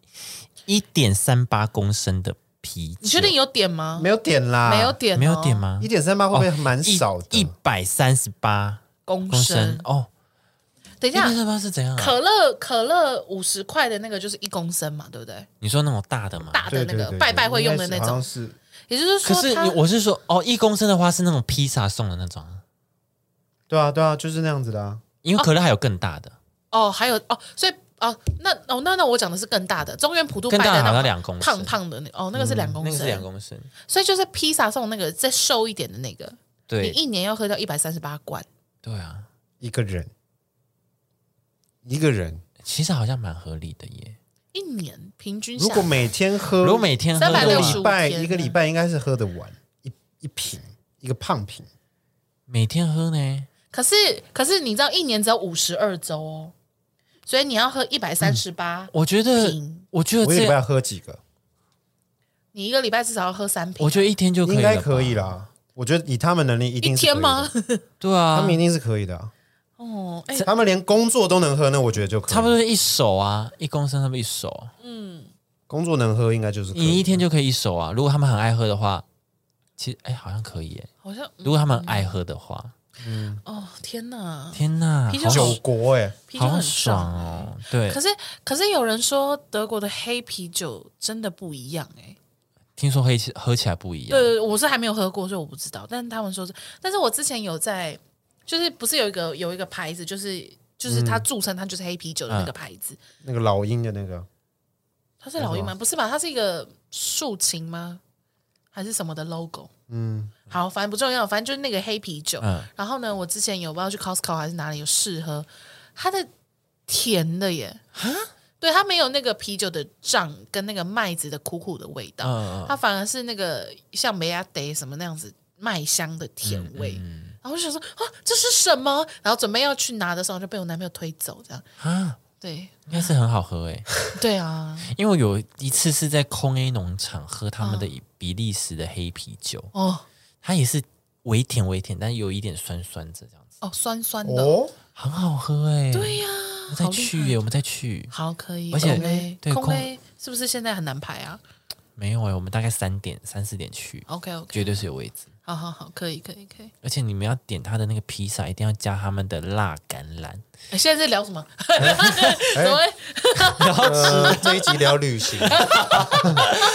Speaker 1: 一点三八公升的啤酒，
Speaker 2: 你确定有点吗？
Speaker 4: 没有点啦，
Speaker 2: 没有点
Speaker 1: 啊
Speaker 2: 哦，哦
Speaker 1: 没有点吗？
Speaker 4: 一点三八会不会蛮少的？
Speaker 1: 一百三十八
Speaker 2: 公
Speaker 1: 公升
Speaker 2: 升。
Speaker 1: 哦，
Speaker 2: 等
Speaker 1: 一
Speaker 2: 一下
Speaker 1: 百，三十八是怎样啊？
Speaker 2: 可乐可乐五十块的那个就是一公升嘛，对不对？
Speaker 1: 你说那种大的吗？
Speaker 2: 大
Speaker 4: 对
Speaker 2: 的
Speaker 4: 对
Speaker 2: 那
Speaker 4: 对
Speaker 2: 个
Speaker 4: 对
Speaker 2: 拜拜会用的那
Speaker 4: 应该是好像
Speaker 2: 种，
Speaker 4: 是
Speaker 2: 也就是
Speaker 1: 可
Speaker 2: 说
Speaker 1: 是
Speaker 2: 它
Speaker 1: 你我是说哦，一公升的话是那种披萨送的那种啊，
Speaker 4: 对啊，对啊，就是那样子的啊。
Speaker 1: 因为可乐还有更大的，
Speaker 2: 哦，还有哦，所以哦，那哦那那我讲的是更大的，中原普渡
Speaker 1: 更
Speaker 2: 拜
Speaker 1: 大的
Speaker 2: 的
Speaker 1: 好像
Speaker 2: 那种
Speaker 1: 两公
Speaker 2: 胖
Speaker 1: 升，嗯
Speaker 2: 胖的那哦，那个是两公
Speaker 1: 那个
Speaker 2: 升
Speaker 1: 是，两公升，
Speaker 2: 所以就是披萨送那个再瘦一点的那个，你
Speaker 1: 对
Speaker 2: 一年要喝掉一百三十八罐，
Speaker 1: 对啊，
Speaker 4: 一个人，一个人，
Speaker 1: 其实好像蛮合理的耶。
Speaker 2: 一年平均下
Speaker 4: 如
Speaker 2: 来
Speaker 4: 果每天喝，
Speaker 1: 如果每天喝
Speaker 4: 一个
Speaker 2: 365
Speaker 4: 礼拜
Speaker 2: 天呢
Speaker 4: 一个礼拜应该是喝得完一一瓶，一个胖瓶。
Speaker 1: 每天喝呢，
Speaker 2: 可是可是你知道一年只有五十二周哦，所以你要喝一百三十八，
Speaker 1: 我觉得
Speaker 2: 瓶，
Speaker 1: 我觉得
Speaker 4: 我一个礼
Speaker 1: 这，
Speaker 4: 拜要喝几个？
Speaker 2: 你一个礼拜至少要喝三瓶。啊
Speaker 1: 我觉得一天就可以，
Speaker 4: 应该可以
Speaker 1: 了吧。
Speaker 4: 啦。我觉得以他们能力一定
Speaker 2: 一
Speaker 4: 是可
Speaker 2: 天
Speaker 4: 以的
Speaker 2: 吗？？
Speaker 1: 对啊
Speaker 4: 他，们一定是可以的啊。
Speaker 2: 哦，哎、
Speaker 4: 他们连工作都能喝，那我觉得就可以
Speaker 1: 差不多是一手啊，一公升差不多一手，
Speaker 4: 工作能喝应该就是可
Speaker 1: 你一
Speaker 4: 以。
Speaker 1: 天就可以一手啊。如果他们很爱喝的话，其实哎好像可以耶。
Speaker 4: 嗯
Speaker 2: 好像
Speaker 1: 如果他们很爱喝的话，
Speaker 2: 哦，天哪，
Speaker 1: 天哪，
Speaker 2: 啤酒
Speaker 1: 好
Speaker 4: 九国哎，
Speaker 2: 啤酒
Speaker 1: 好
Speaker 2: 很
Speaker 1: 爽
Speaker 2: 欸。
Speaker 1: 哦。对
Speaker 2: 可，是可是有人说德国的黑啤酒真的不一样哎、
Speaker 1: 听说喝起喝起来不一样，
Speaker 2: 对，我是还没有喝过，所以我不知道。但是他们说是，但是我之前有在，就是不是有一个有一个牌子，就是就是
Speaker 1: 嗯
Speaker 2: 它著称它就是黑啤酒的那个牌子，
Speaker 4: 那个老鹰的那个
Speaker 2: 它是老鹰吗？不是吧？它是一个竖琴吗？还是什么的 logo？好，反正不重要，反正就是那个黑啤酒。
Speaker 1: 嗯
Speaker 2: 然后呢，我之前有不知道去 Costco 还是哪里有试喝，它的甜的耶，对，它没有那个啤酒的胀跟那个麦子的苦苦的味道，
Speaker 1: 嗯嗯
Speaker 2: 它反而是那个像梅亚德什么那样子麦香的甜味。
Speaker 1: 嗯
Speaker 2: 然后我就想说啊，这是什么？然后准备要去拿的时候，就被我男朋友推走，这样。
Speaker 1: 啊，
Speaker 2: 对，
Speaker 1: 应该是很好喝哎、
Speaker 2: 对啊，
Speaker 1: 因为我有一次是在空 A 农场喝他们
Speaker 2: 嗯
Speaker 1: 的比利时的黑啤酒，
Speaker 2: 哦
Speaker 1: 它也是微甜微甜，但有一点酸酸这样子，
Speaker 2: 哦，酸酸的，
Speaker 4: 哦，
Speaker 1: 很好喝哎、
Speaker 2: 对呀、
Speaker 1: 我再
Speaker 2: 好厉
Speaker 1: 去
Speaker 2: 害
Speaker 1: 耶、我们再去。
Speaker 2: 好，可以。
Speaker 1: 而且
Speaker 2: 空 A，
Speaker 1: 对
Speaker 2: 空
Speaker 1: 空
Speaker 2: A 是不是现在很难排啊
Speaker 1: 没有哎、我们大概三点三四点去，
Speaker 2: ？OK OK，
Speaker 1: 绝对是有位置。
Speaker 2: 好好好，可以可以可以。
Speaker 1: 而且你们要点他的那个披萨，一定要加他们的辣橄榄。
Speaker 2: 哎现在在聊 什么？
Speaker 1: 哎
Speaker 2: 怎么会？
Speaker 4: 呃，这一集聊 旅行，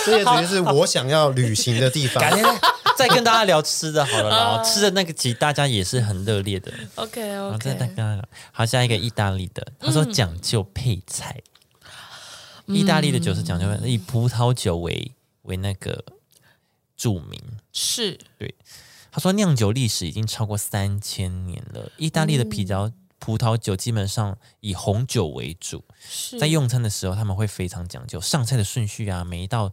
Speaker 4: 这些其实是我想要旅行的地方。
Speaker 1: 改天再跟大家聊吃的好了啦，
Speaker 2: 啊
Speaker 1: 吃的那个其实大家也是很热烈的。
Speaker 2: OK 嗯
Speaker 1: 然后再
Speaker 2: OK，
Speaker 1: 再跟大家聊，好，下一个意大利的，他说讲究配菜，
Speaker 2: 嗯
Speaker 1: 意大利的酒是讲究以葡萄酒为为那个著名。
Speaker 2: 是
Speaker 1: 他说酿酒历史已经超过三千年了，意大
Speaker 2: 嗯
Speaker 1: 利的啤酒。葡萄酒基本上以红酒为主，
Speaker 2: 是
Speaker 1: 在用餐的时候，他们会非常讲究上菜的顺序啊，每一道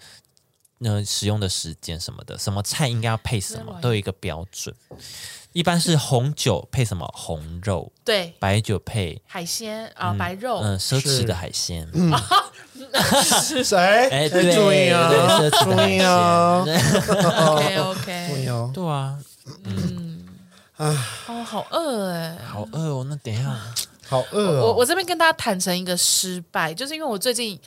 Speaker 1: 呃使用的时间什么的，什么菜应该要配什么，都有一个标准。一般是红酒配什么红肉，
Speaker 2: 对
Speaker 1: 白酒配
Speaker 2: 海鲜啊，白肉
Speaker 1: 嗯、奢侈
Speaker 4: 是
Speaker 1: 的海鲜，
Speaker 4: 是谁？
Speaker 1: 哎、对，
Speaker 4: 注意啊
Speaker 1: 对，奢侈的海
Speaker 4: 注意啊
Speaker 1: 鲜，
Speaker 2: OK
Speaker 4: 对
Speaker 2: OK。
Speaker 4: 哦，
Speaker 1: 对啊，
Speaker 2: 哦，好饿哎。
Speaker 1: 好饿哦，那等一 下，
Speaker 4: 好饿
Speaker 1: 啊
Speaker 2: 我
Speaker 4: 哦。
Speaker 2: 我这边跟大家坦诚一个失败，就是因为我最近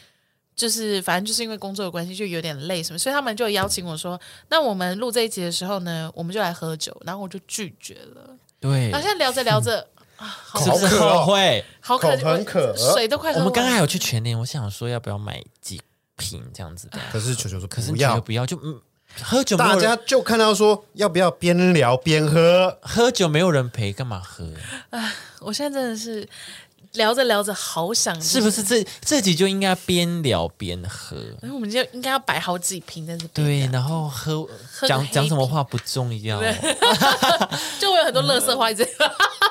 Speaker 2: 就是反正就是因为工作的关系，就有点累什么，所以他们就邀请我说，那我们录这一集的时候呢，我们就来喝酒，然后我就拒绝了。
Speaker 1: 对
Speaker 2: 然后，现在聊着聊着啊，好
Speaker 1: 是不是
Speaker 4: 好渴哦
Speaker 1: 后悔？
Speaker 2: 好渴，
Speaker 4: 口很渴
Speaker 2: 我水都快喝
Speaker 1: 我
Speaker 2: 完了。
Speaker 1: 们刚刚还有去全年，我想说要不要买几瓶这样子的，
Speaker 4: 可是球球说
Speaker 1: 可是
Speaker 4: 不
Speaker 1: 觉得
Speaker 4: 要，
Speaker 1: 不要，就嗯，喝酒没有
Speaker 4: 大
Speaker 1: 人
Speaker 4: 家就看到说要不要边聊边喝，
Speaker 1: 喝酒没有人陪，干嘛喝？
Speaker 2: 我现在真的是聊着聊着好想、
Speaker 1: 是不？是这这集就应该边聊边喝？
Speaker 2: 哎，我们就应该要摆好几瓶在这边，
Speaker 1: 对，然后喝
Speaker 2: 个
Speaker 1: 讲
Speaker 2: 黑
Speaker 1: 讲什么
Speaker 2: 啤
Speaker 1: 话不重 要，
Speaker 2: 就会有很多乐色话一直，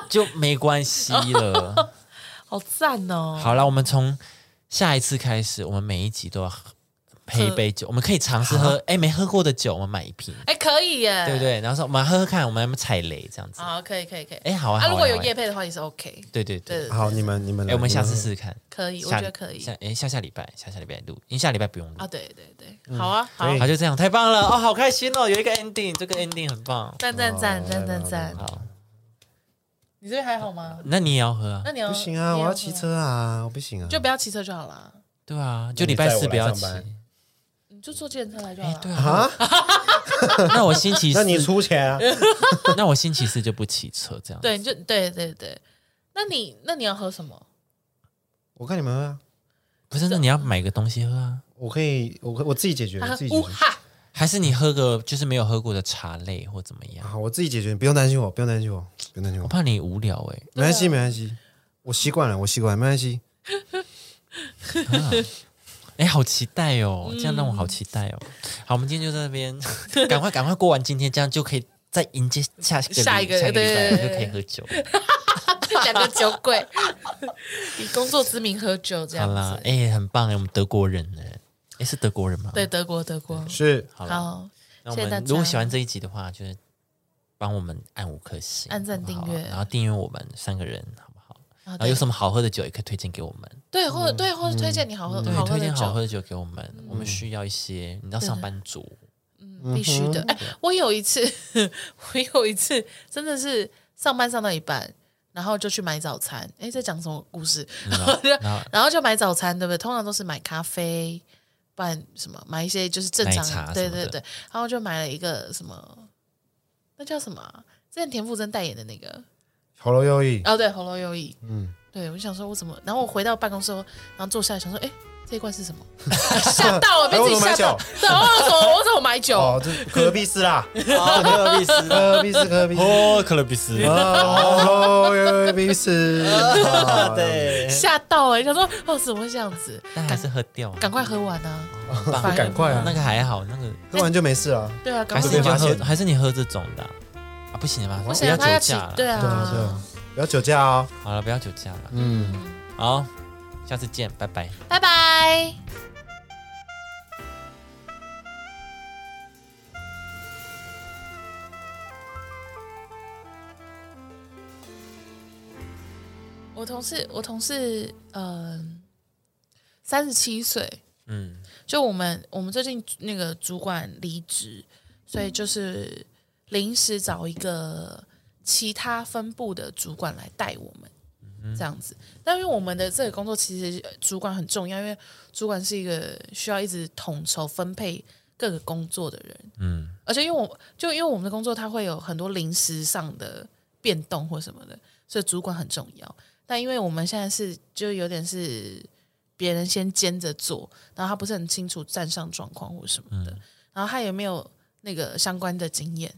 Speaker 1: 就没关系了。
Speaker 2: 好赞哦！
Speaker 1: 好了，我们从下一次开始，我们每一集都要喝配一杯酒，我们可以尝试喝，哎，没喝过的酒，我们买一瓶，
Speaker 2: 哎，可以耶，
Speaker 1: 对不对？然后说我们喝喝看，我们有没有踩雷这样子？
Speaker 2: 好，可以可以可以。
Speaker 1: 哎，好啊，
Speaker 2: 啊，
Speaker 1: 好啊
Speaker 2: 如果有
Speaker 1: 好啊
Speaker 2: 夜配的话也是 OK，
Speaker 1: 对对
Speaker 2: 对
Speaker 1: 对，
Speaker 2: 对对
Speaker 4: 好，你们你们来，
Speaker 1: 哎，我们下次
Speaker 4: 你
Speaker 1: 试试看，
Speaker 2: 可以，我
Speaker 1: 下
Speaker 2: 觉得可以
Speaker 1: 下哎下下礼拜下下礼拜录，因为下礼拜不用录
Speaker 2: 啊，。对对
Speaker 1: 嗯
Speaker 2: 对，好啊，好，
Speaker 1: 好，就这样，太棒了哦，好开心哦，有一个 ending，这个 ending 很棒。
Speaker 2: 赞赞赞赞赞赞，
Speaker 1: 哦好，
Speaker 2: 你这边还好吗？
Speaker 1: 那你也要喝啊？
Speaker 2: 那你要
Speaker 4: 们不行啊，
Speaker 2: 你
Speaker 4: 我要
Speaker 2: 喝
Speaker 4: 骑
Speaker 2: 吗
Speaker 4: 车啊，我不行啊，
Speaker 2: 就不要骑车就好了，
Speaker 1: 对啊，就
Speaker 4: 那你
Speaker 1: 礼拜
Speaker 4: 载我
Speaker 1: 四
Speaker 4: 来
Speaker 1: 不要
Speaker 4: 上
Speaker 1: 骑。
Speaker 4: 班
Speaker 2: 你就坐电车来就好
Speaker 1: 哎，
Speaker 2: 了。
Speaker 1: 对啊，
Speaker 4: 啊，
Speaker 1: 那我星期
Speaker 4: 那
Speaker 1: 四，
Speaker 4: 你出钱啊，
Speaker 1: 那我星期四就不骑车，这样。
Speaker 2: 对，你就对对对。那你那你要喝什么？
Speaker 4: 我看你们喝啊，
Speaker 1: 不是，那你要买个东西喝啊，
Speaker 4: 我可以，我可我自己解决，
Speaker 2: 他
Speaker 4: 我
Speaker 2: 喝
Speaker 4: 自己解
Speaker 2: 呜
Speaker 4: 决。
Speaker 2: 啊哈，
Speaker 1: 还是你喝个就是没有喝过的茶类或怎么样？
Speaker 4: 好，我自己解决，你不用担心我，不用担心我，不用担心
Speaker 1: 我
Speaker 4: 我，
Speaker 1: 怕你无聊哎、
Speaker 4: 没关系，没关系，我习惯了，我习惯了，没关系。
Speaker 1: 哎，好期待哦！
Speaker 2: 嗯
Speaker 1: 这样让我好期待哦。好，我们今天就在这边，赶快赶快过完今天，这样就可以再迎接下一个礼
Speaker 2: 下一个
Speaker 1: 下一个礼拜
Speaker 2: 对对对
Speaker 1: 就可以喝酒。
Speaker 2: 两个酒鬼， 以工作之名喝酒这
Speaker 1: 好
Speaker 2: 样
Speaker 1: 啦，
Speaker 2: 子。
Speaker 1: 哎，很棒哎，我们德国人呢？哎，是德国人吗？
Speaker 2: 对，，德国，德国。
Speaker 4: 是，
Speaker 1: 好啦，
Speaker 2: 好，
Speaker 1: 那我
Speaker 2: 谢谢大
Speaker 1: 们
Speaker 2: 家
Speaker 1: 如果喜欢这一集的话，就是帮我们按五颗星，
Speaker 2: 按赞
Speaker 1: 好不好
Speaker 2: 订阅哦
Speaker 1: 然后订阅我们三个人，好不好？
Speaker 2: 然
Speaker 1: 然啊后有什么好喝的酒也可以推荐给我们，
Speaker 2: 对，或者对，或者推荐你好喝
Speaker 1: 嗯对，
Speaker 2: 好喝
Speaker 1: 推
Speaker 2: 的
Speaker 1: 荐好喝
Speaker 2: 酒，嗯
Speaker 1: 的酒给我们，我们需要一些，你知道上班族，
Speaker 2: 必须的。
Speaker 1: 嗯
Speaker 2: 哎，我有一次， 我有一次真的是上班上到一半，然后就去买早餐。哎，在讲什么故事？然 后就
Speaker 1: 然后
Speaker 2: 然后就买早餐，对不对？通常都是买咖啡，不然什么买一些就是正
Speaker 1: 奶茶
Speaker 2: 常，对
Speaker 1: 什么
Speaker 2: 对
Speaker 1: 的
Speaker 2: 对。然后就买了一个什么，那叫什么啊、之前田馥甄代言的那个，
Speaker 4: 喉咙优异，
Speaker 2: 哦，对，喉咙优益。
Speaker 4: 嗯，
Speaker 2: 对，我就想说，我怎么？然后我回到办公室后，然后坐下来想说，哎，这一罐是 什么？吓到了，被自己吓到。对，我怎么我怎么买酒？
Speaker 4: 哦，这隔壁是啦，
Speaker 1: 哦，克勒比斯，
Speaker 4: 隔壁是隔壁是，
Speaker 1: 哦，克勒比斯，
Speaker 4: 哦，隔壁是，啊
Speaker 1: 对，
Speaker 2: 吓到了，想说哦，怎么会这样子？
Speaker 1: 但还是喝掉，
Speaker 2: 赶快喝完啊！
Speaker 1: 很棒
Speaker 2: 反
Speaker 4: 赶快啊
Speaker 1: 那个还好，那个
Speaker 4: 喝完就没事了。
Speaker 2: 对啊，搞
Speaker 1: 还是你就
Speaker 4: 发
Speaker 1: 喝
Speaker 4: 现，
Speaker 1: 还是你喝这种的啊，啊不行吧？
Speaker 2: 我
Speaker 1: 不
Speaker 2: 想
Speaker 1: 要
Speaker 2: 要他
Speaker 1: 酒
Speaker 2: 要起
Speaker 1: 驾，了，
Speaker 2: 对
Speaker 4: 对啊，对
Speaker 2: 啊
Speaker 4: 啊，，不要酒驾哦。
Speaker 1: 好了，不要酒驾了，
Speaker 4: 嗯，
Speaker 1: 好，下次见，拜拜。
Speaker 2: 拜拜。我同事，我同事，嗯、三十七岁，
Speaker 1: 嗯，
Speaker 2: 就我们我们最近那个主管离职，所以就是临时找一个其他分部的主管来带我们。这样子，但因为我们的这个工作其实主管很重要，因为主管是一个需要一直统筹分配各个工作的人。
Speaker 1: 嗯
Speaker 2: 嗯，而且因为我就因为我们的工作，它会有很多临时上的变动或什么的，所以主管很重要。但因为我们现在是就有点是别人先兼着做，然后他不是很清楚站上状况或什么的，然后他也没有那个相关的经验。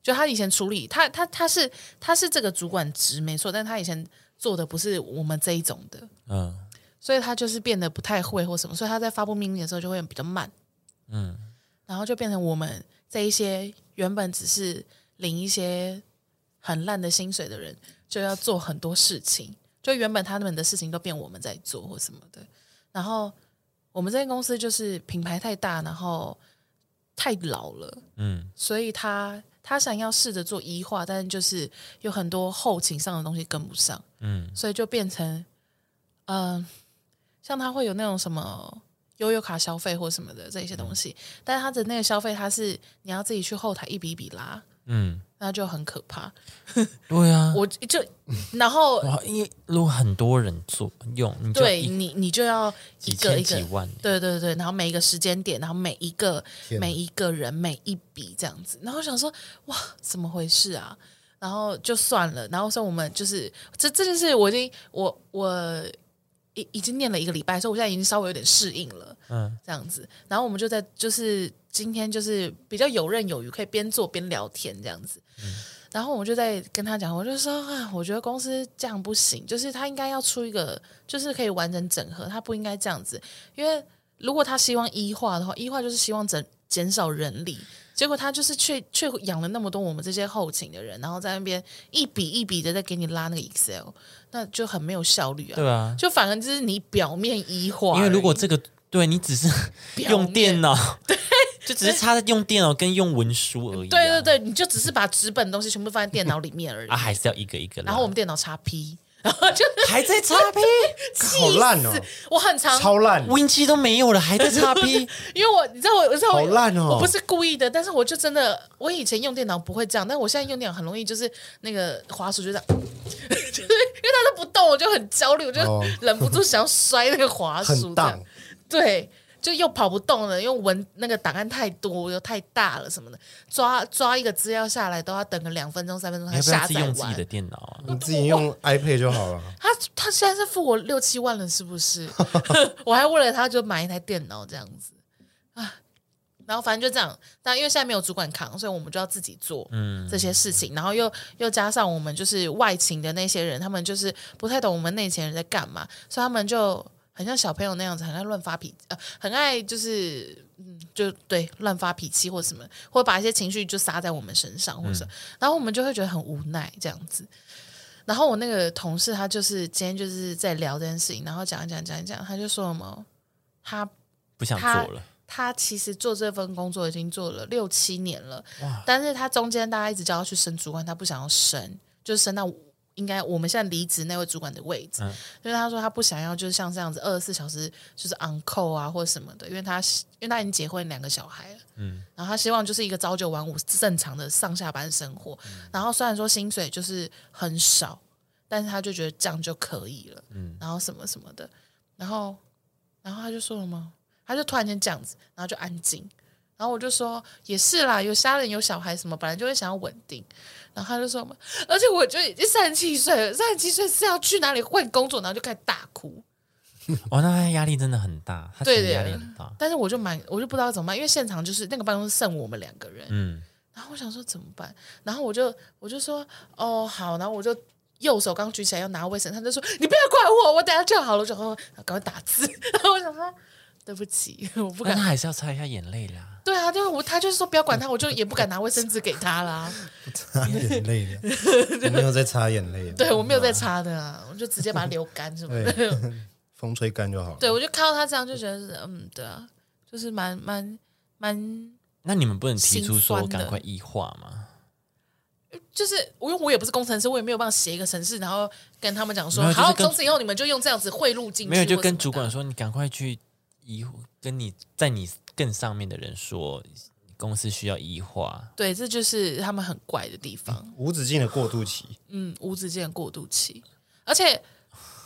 Speaker 2: 就他以前处理，他他他是他是这个主管职没错，但他以前做的不是我们这一种的，
Speaker 1: 嗯
Speaker 2: 所以他就是变得不太会或什么，所以他在发布命令的时候就会比较慢，
Speaker 1: 嗯
Speaker 2: 然后就变成我们这一些原本只是领一些很烂的薪水的人，就要做很多事情，就原本他们的事情都变我们在做或什么的，然后我们这间公司就是品牌太大，然后太老了。
Speaker 1: 嗯
Speaker 2: 所以他他想要试着做医化，但是就是有很多后勤上的东西跟不上，
Speaker 1: 嗯
Speaker 2: 所以就变成，嗯、像他会有那种什么悠游卡消费或什么的这些东西，但是他的那个消费他是你要自己去后台一笔一笔拉，
Speaker 1: 嗯，
Speaker 2: 那就很可怕。
Speaker 1: 对啊，
Speaker 2: 我就然后
Speaker 1: 哇，因为如果很多人做用，你就
Speaker 2: 对
Speaker 1: 一
Speaker 2: 你你就要一
Speaker 1: 几
Speaker 2: 个
Speaker 1: 千
Speaker 2: 一个
Speaker 1: 几万，
Speaker 2: 对对对，然后每一个时间点，然后每一个
Speaker 4: 哪
Speaker 2: 每一个人每一笔这样子，然后我想说哇，怎么回事啊？然后就算了，然后说我们就是这这件事，我已经我我已已经念了一个礼拜，所以我现在已经稍微有点适应了，
Speaker 1: 嗯
Speaker 2: 这样子。然后我们就在就是今天就是比较游刃有余，可以边做边聊天这样子。然后我就在跟他讲，我就说啊，我觉得公司这样不行，就是他应该要出一个，就是可以完整整合，他不应该这样子。因为如果他希望医化的话，医化就是希望整减少人力，结果他就是却却养了那么多我们这些后勤的人，然后在那边一笔一笔的在给你拉那个 Excel，那就很没有效率啊。
Speaker 1: 对啊，
Speaker 2: 就反而就是你表面医化而已，
Speaker 1: 因为如果这个对你只是
Speaker 2: 表
Speaker 1: 用
Speaker 2: 面
Speaker 1: 电脑，对， 就只是差在用电脑跟用文书而已、啊，
Speaker 2: 对对对，你就只是把纸本的东西全部放在电脑里面而已。
Speaker 1: 啊，还是要一个一个拉，
Speaker 2: 然后我们电脑插 P，然后就
Speaker 1: 还在叉 P，
Speaker 4: 好烂哦，
Speaker 2: 我很常，
Speaker 4: 超烂，
Speaker 1: Win 七都没有了，还在 叉 P，
Speaker 2: 因为我你知道我，你知道我
Speaker 4: 好烂哦
Speaker 2: 我不是故意的，但是我就真的，我以前用电脑不会这样，但我现在用电脑很容易就是那个滑鼠就这样， 就是因为它都不动，我就很焦虑，我就
Speaker 4: 哦
Speaker 2: 忍不住想要摔那个滑
Speaker 4: 很
Speaker 2: 鼠，这样
Speaker 4: 荡。
Speaker 2: 对，就又跑不动了，因为文那个档案太多又太大了什么的，抓抓一个资料下来都要等个两分钟三分钟
Speaker 1: 你
Speaker 2: 才
Speaker 1: 要不要
Speaker 2: 下
Speaker 1: 自
Speaker 2: 载
Speaker 1: 己
Speaker 2: 完。
Speaker 1: 用自己的电脑啊？
Speaker 4: 你自己用 iPad 就好了。
Speaker 2: 他他现在是付我六七万了，是不是？ 我还为了他就买一台电脑这样子啊，然后反正就这样。但因为现在没有主管扛，所以我们就要自己做这些事情。然后又又加上我们就是外勤的那些人，他们就是不太懂我们内勤人在干嘛，所以他们就很像小朋友那样子，很爱乱发脾气，呃，很爱就是嗯，就对乱发脾气或什么，或把一些情绪就撒在我们身上，或者、然后我们就会觉得很无奈这样子。然后我那个同事他就是今天就是在聊这件事情，然后讲一讲讲一讲，他就说什么，他
Speaker 1: 不想
Speaker 2: 他
Speaker 1: 做了，
Speaker 2: 他其实做这份工作已经做了六七年了，但是他中间大家一直叫他去升主管，他不想要升，就是升到应该我们现在离职那位主管的位置，因为他说他不想要就是像这样子二十四小时就是 on call 啊或者什么的，因为他因为他已经结婚两个小孩了，嗯，然后他希望就是一个朝九晚五正常的上下班生活，然后虽然说薪水就是很少，但是他就觉得这样就可以了，嗯，然后什么什么的，然后然后他就说什么，他就突然间这样子，然后就安静。然后我就说也是啦，有家人有小孩什么，本来就会想要稳定。然后他就说嘛，而且我就已经三十七岁了，三十七岁是要去哪里换工作，然后就开始大哭。
Speaker 1: 哦，那他压力真的很大，他
Speaker 2: 对
Speaker 1: 其实
Speaker 2: 的
Speaker 1: 压力很大，
Speaker 2: 但是我就蛮，我就不知道怎么办，因为现场就是那个办公室剩我们两个人，
Speaker 1: 嗯
Speaker 2: 然后我想说怎么办？然后我就我就说哦好，然后我就右手刚举起哦 来要拿卫生，他就说你不要怪我，我等下就好了。我就说赶快打字。然后我想说，对不起，我不
Speaker 1: 但
Speaker 2: 敢
Speaker 1: 他。还是要擦一下眼泪啦。
Speaker 2: 对啊，就是我，他就是说不要
Speaker 1: 嗯
Speaker 2: 管他，我就也不敢拿卫生纸给他啦。
Speaker 4: 擦眼泪的，我没有在擦眼泪的，
Speaker 2: 对我没有在擦的啊，我就直接把它流干什么的。
Speaker 4: 对， 风吹干就好了。
Speaker 2: 对，我就看到他这样就觉得是，嗯，对啊，就是蛮蛮蛮，
Speaker 1: 那你们不能提出
Speaker 2: 心
Speaker 1: 说
Speaker 2: 酸的
Speaker 1: 赶快医化吗？
Speaker 2: 就是我因为我也不是工程师，我也没有办法写一个程式，然后跟他们讲说，
Speaker 1: 没有就是
Speaker 2: 好，
Speaker 1: 跟
Speaker 2: 从此以后你们就用这样子贿赂进去，
Speaker 1: 没有，就
Speaker 2: 或什么
Speaker 1: 跟
Speaker 2: 的
Speaker 1: 主管说，你赶快去医，跟你在你更上面的人说，公司需要医化。
Speaker 2: 对，这就是他们很怪的地方，
Speaker 4: 无止境的过渡期，
Speaker 2: 嗯，无止境的过渡期，而且